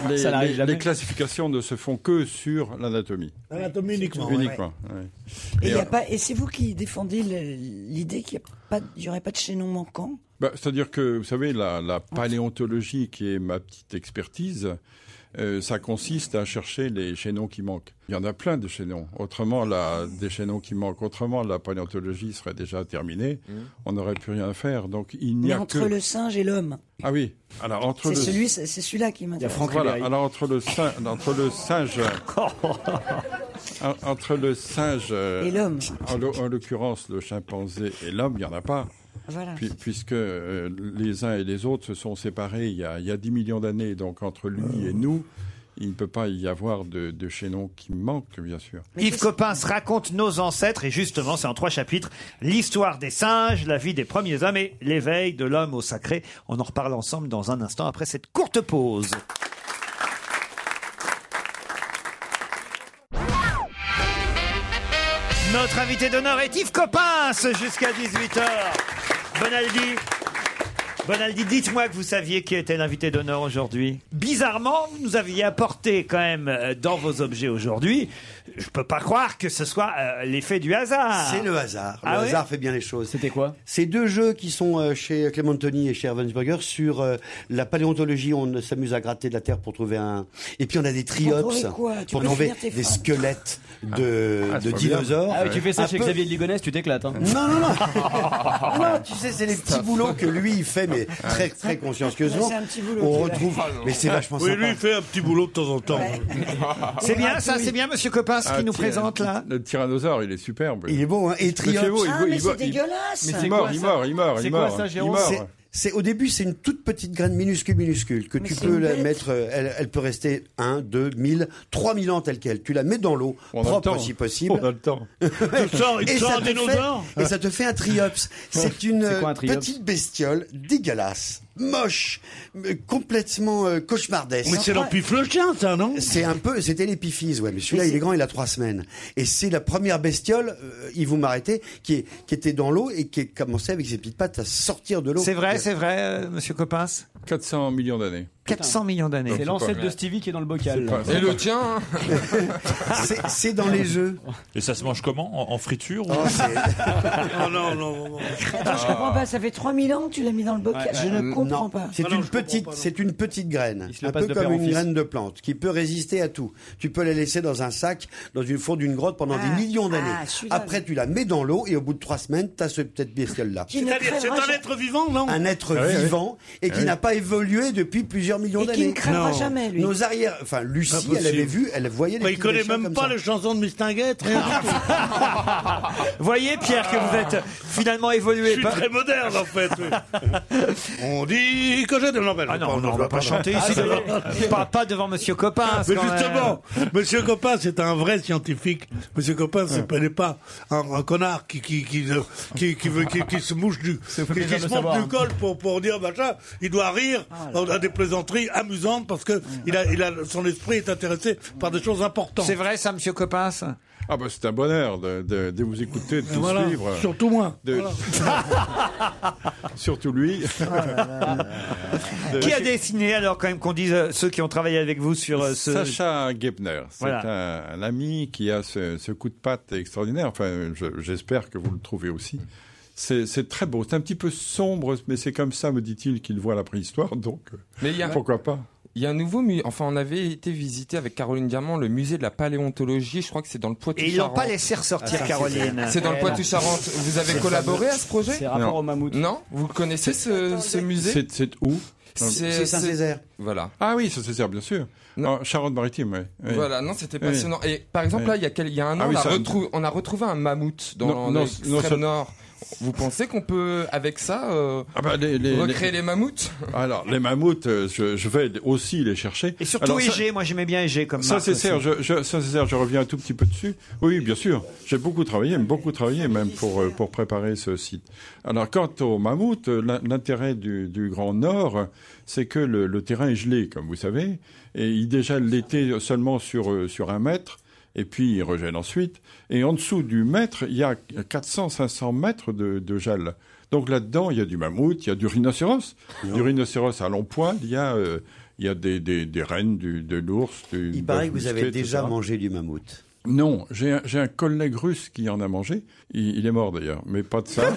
Les,
Ça n'arrive
les-
jamais.
les classifications ne se font que sur l'anatomie.
Anatomie uniquement.
Uniquement. ouais.
Et,
Et,
il y a
euh,
pas- et c'est vous qui défendez le- l'idée qu'il n'y aurait pas de chaînon manquant
Bah, C'est-à-dire que, vous savez, la, la paléontologie, qui est ma petite expertise, euh, ça consiste à chercher les chaînons qui manquent. Il y en a plein de chaînons. Autrement, la, des chaînons qui manquent. Autrement, la paléontologie serait déjà terminée.
Mm.
On n'aurait plus rien à faire. Donc, il n'y
Mais
a
entre
que...
le singe et l'homme.
Ah oui. Alors, entre
C'est
le...
celui, c'est c'est celui-là qui m'intéresse.
Voilà. Alors entre le singe, entre le singe, en- entre le singe euh,
Et l'homme.
En, l'o- en l'occurrence, le chimpanzé et l'homme, il y en a pas.
Voilà.
Puis- puisque euh, les uns et les autres se sont séparés il y a, il y a 10 millions d'années, donc entre lui
Oh.
et nous, il ne peut pas y avoir de, de chaînon qui manque, bien sûr.
Yves Coppens raconte nos ancêtres, et justement, c'est en trois chapitres, l'histoire des singes, la vie des premiers hommes et l'éveil de l'homme au sacré. On en reparle ensemble dans un instant après cette courte pause. Notre invité d'honneur est Yves Coppens jusqu'à 18h. Bonaldi. Bonaldi, dites-moi que vous saviez qui était l'invité d'honneur aujourd'hui. Bizarrement, vous nous aviez apporté quand même euh, dans vos objets aujourd'hui. Je peux pas croire que ce soit euh, l'effet du hasard.
C'est le hasard. Le
Ah oui
hasard fait bien les choses. C'était quoi Ces deux jeux qui sont euh, chez Clementoni et chez Ravensburger sur euh, la paléontologie. On s'amuse à gratter de la terre pour trouver un. Et puis on a des triops
trouver quoi Tu
pour
peux
trouver
finir tes
des
phrases.
squelettes de,
Ah,
de
c'est pas
dinosaures.
bien. Ah oui, tu fais ça
Un
chez
peu-
Xavier de Ligonnès, tu t'éclates. hein.
Non, non, non. non, tu sais, c'est les petits boulots que lui, il fait, mais
Ah,
très, très consciencieusement.
C'est un petit boulot
on
qu'il a.
retrouve. Mais c'est vachement
Oui,
sympa.
lui, il fait un petit boulot de temps en temps.
C'est bien ça, c'est bien Monsieur Coppens
Ah,
qui nous
ti-
présente là.
Le tyrannosaure, il est superbe.
Il est beau, hein. Et Triops.
Méfiez-vous, il
Ah,
vaut-
mais
il
c'est
vaut- il-
dégueulasse.
Mais
C'est
il
quoi,
meurt, il
ça
meurt, il meurt,
C'est
il
quoi,
meurt.
ça,
il
Jérôme
meurt.
C'est- C'est au début, c'est une toute petite graine minuscule, minuscule que
Mais
tu
c'est
peux
une
la
bête.
mettre. euh, Elle, elle peut rester 1, 2, 1000, 3000 ans telle quelle. Tu la mets dans l'eau,
On a le
propre
temps.
si possible.
On a le temps.
Tu
sors- il te sort un
te
dinosaure
fait- Et ça te fait un triops. C'est une
C'est quoi, un
euh,
triops
petite bestiole dégueulasse, moche, mais complètement euh, cauchemardesque.
Mais c'est l'empiflogien, ça, non
C'est un peu, c'était l'épiphyse, ouais. Mais celui-là, il est grand, il a trois semaines. Et c'est la première bestiole, euh, ils vont m'arrêter, qui, est- qui était dans l'eau et qui commençait avec ses petites pattes à sortir de l'eau.
C'est vrai, c'est vrai, euh, monsieur Coppins
400 millions d'années.
400 millions d'années.
C'est l'ancêtre de Stevie qui est dans le bocal.
C'est pas- Et le tien, hein.
C'est dans les jeux.
Et ça se mange comment En, en friture ou...
Non, non, non.
Attends,
ah.
je comprends pas, ça fait 3000 ans que tu l'as mis dans le bocal. Je ne comprends
Euh, Non,
pas.
C'est une petite, c'est une petite graine,
se le
un
passe
peu
de père
comme
en
une
fils.
graine de plante, qui peut résister à tout. Tu peux la laisser dans un sac, dans une four d'une grotte pendant des millions d'années.
ah, celui-là,
Après, tu la mets dans l'eau et au bout de trois semaines, t'as ce peut-être bestiole là.
Qui ne
C'est-à-dire, c'est
crèvera
un
ja-
être vivant, non
Un être
Ah oui, oui.
vivant et
Ah
qui
oui.
n'a pas évolué depuis plusieurs millions
Et qui
d'années.
ne crèvera Non. jamais, lui.
Nos arrières, enfin Lucie,
Impossible.
elle avait vu, elle voyait les.
Mais il
petits
connaît
dessins
même
comme
pas
ça.
les chansons de Mistinguette. rien du tout.
Voyez, Ah, Pierre, que vous êtes finalement évolué.
Je suis
par-
très moderne, en fait. On dit que j'ai de l'embelle.
Ah non, non, on va pas chanter ici. devant- pas, pas devant monsieur Coppins.
Ah, Mais
Ah, quand même.
justement, Monsieur Copin, c'est un vrai scientifique. Monsieur Copin, ce n'est pas un, un connard qui qui qui qui, qui veut- qui- qui se mouche du
fait
qui,
plaisir
qui
de
se
savoir,
monte
hein.
du col pour pour dire machin. Il doit rire
Ah
à des plaisanteries amusantes parce que il a il a son esprit est intéressé par des choses importantes.
C'est vrai, ça, monsieur Coppins
Ah bah c'est un bonheur de, de- de vous écouter, de
Et
vous
voilà.
suivre.
Surtout moi.
De- Surtout lui.
Ah Euh, Qui a dessiné, alors, quand même, qu'on dise euh, ceux qui ont travaillé avec vous sur euh, ce.
Sacha Gebner, c'est
Voilà.
un, un ami qui a ce, ce coup de patte extraordinaire. Enfin, je- j'espère que vous le trouvez aussi. C'est c'est très beau. C'est un petit peu sombre, mais c'est comme ça, me dit-il, qu'il voit la préhistoire. Donc, euh,
Mais il y a-
pourquoi pas
Il y a un nouveau musée. Enfin, on avait été visiter avec Caroline Diamant le musée de la paléontologie. Je crois que c'est dans le Poitou-Charentes.
Et ils l'ont pas laissé ressortir,
Ah, ça,
Caroline.
C'est c'est dans le
Eh
Poitou-Charentes.
non.
Vous avez
C'est
collaboré
fameux.
à ce projet
C'est rapport
Non.
au mammouth.
Non Vous connaissez ce, ce musée
C'est c'est où
C'est Saint-Césaire.
Voilà.
Ah oui, ça c'est ça, bien sûr. En Charente-Maritime, oui. oui.
Voilà, non, c'était
Oui.
passionnant. Et par exemple,
Oui.
là, il y a, quel- il y a un an,
Ah oui,
on, a
ça-
retrou- on a retrouvé un mammouth
Non,
dans
non, non, ça-
l'extrême nord. Vous pensez qu'on peut, avec ça, euh,
Ah bah, les- les-
recréer les, mammouths
Alors, les mammouths, euh, je, je vais aussi les chercher.
Et surtout
Alors, ça-
Égée, moi j'aimais bien Égée comme
Ça,
marque
c'est
aussi.
Serge. Je, je- ça, c'est Serge, je reviens un tout petit peu dessus. Oui, bien sûr. J'ai beaucoup travaillé, beaucoup travaillé même pour, euh, pour préparer ce site. Alors, quant au mammouth, euh, l'in- l'intérêt du, du Grand Nord, euh, c'est que le, le terrain est gelé, comme vous savez, et il dégèle l'été seulement sur, euh, sur un mètre. Et puis il regèle ensuite. Et en dessous du mètre, il y a 400-500 mètres de, de gel. Donc là-dedans, il y a du mammouth, il y a du rhinocéros. Du rhinocéros à long poil, il y a, euh, il y a des, des, des rennes, du, de l'ours, du,
Il paraît que vous
musqué,
avez
etc.
déjà mangé du mammouth.
Non, j'ai un, j'ai un collègue russe qui en a mangé. Il, il est mort d'ailleurs, mais pas de ça.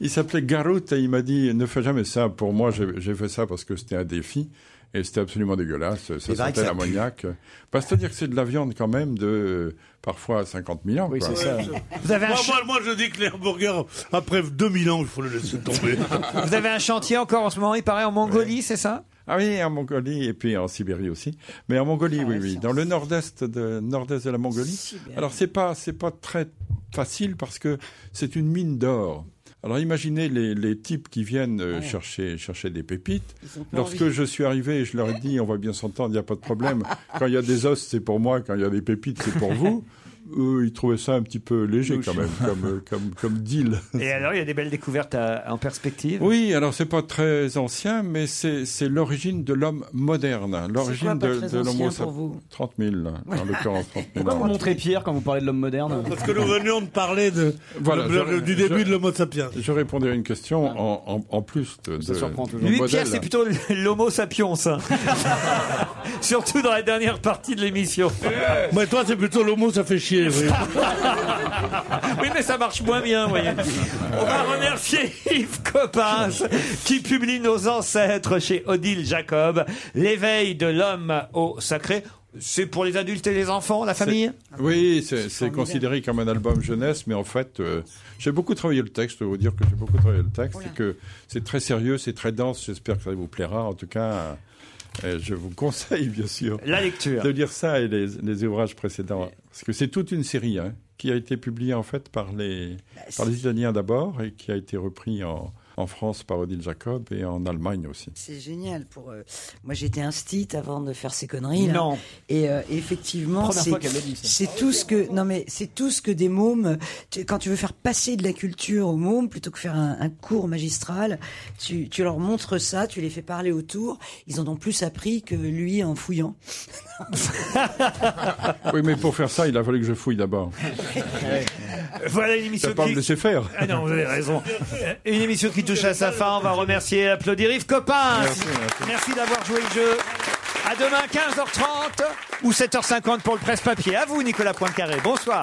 il s'appelait Garut et il m'a dit ne fais jamais ça. Pour moi, j'ai j'ai fait ça parce que c'était un défi et c'était absolument dégueulasse. Ça
Il paraît que
sentait
ça pue.
l'ammoniaque. Bah, C'est-à-dire que c'est de la viande quand même de euh, parfois 50 000 ans.
Oui,
quoi.
c'est ça.
Vous avez un
Moi,
ch-
moi, moi, je dis que les hamburgers, après 2000 ans, il faut les laisser tomber.
Vous avez un chantier encore en ce moment, il paraît, en Mongolie, c'est ça
Ah oui, en Mongolie et puis en Sibérie aussi. Mais en Mongolie, oui, oui, dans le nord-est de nord-est de la Mongolie. Alors c'est pas c'est pas très facile parce que c'est une mine d'or. Alors imaginez les, les types qui viennent euh, chercher chercher des pépites. Lorsque je suis arrivé, je leur ai dit on va bien s'entendre, il n'y a pas de problème. Quand il y a des os, c'est pour moi. Quand il y a des pépites, c'est pour vous. Eux, ils trouvaient ça un petit peu léger quand même, comme euh, comme comme deal.
Et alors, il y a des belles découvertes à- en perspective.
Oui, alors c'est pas très ancien, mais c'est c'est l'origine de l'homme moderne.
quoi
L'origine
pas
de,
très
de l'homo
ancien
sapiens.
pour vous
30 000, hein, en l'occurrence 30 000.
Pourquoi vous montrez Pierre quand vous parlez de l'homme moderne
Parce que nous venions de parler de,
Voilà,
de-
je-
du début
je-
de l'Homo sapiens.
Je répondais à une question en, en- en plus de.
Ça
de-
surprend
de
toujours.
mon
Lui,
modèle.
Pierre, c'est plutôt l'homo sapiens. hein. Surtout dans la dernière partie de l'émission.
Mais toi, c'est plutôt l'homo, ça fait chier. oui.
Oui, mais ça marche moins bien, vous voyez. On va remercier Yves Coppins qui publie nos ancêtres chez Odile Jacob, l'éveil de l'homme au sacré. C'est pour les adultes et les enfants, la famille
Oui, c'est- c'est considéré comme un album jeunesse, mais en fait, euh, j'ai beaucoup travaillé le texte. Je vais vous dire que j'ai beaucoup travaillé le texte et que c'est très sérieux, c'est très dense. J'espère que ça vous plaira. En tout cas, euh, je vous conseille, bien sûr.
La lecture.
de lire ça et les, les ouvrages précédents. Parce que c'est toute une série hein, qui a été publiée en fait par les, par les Italiens d'abord et qui a été repris en, en France par Odile Jacob et en Allemagne aussi.
C'est génial pour. euh, Moi, j'étais instite avant de faire ces conneries. là.
Non.
Et euh, effectivement,
Première
c'est
fois qu'elle le dit, ça.
c'est tout ce que non mais c'est tout ce que des mômes. tu- quand tu veux faire passer de la culture aux mômes, plutôt que faire un, un cours magistral, tu, tu leur montres ça, tu les fais parler autour. Ils en ont plus appris que lui en fouillant.
Oui, mais pour faire ça, il a fallu que je fouille d'abord.
Voilà une émission
Ça parle
qui-
de ses faire.
Ah non, vous avez raison. Une émission qui touche à sa fin. On va remercier et applaudir Yves Coppens.
Merci,
Merci d'avoir joué le jeu. À demain, 15h30 ou 7h50 pour le presse-papier. À vous, Nicolas Poincaré. Bonsoir.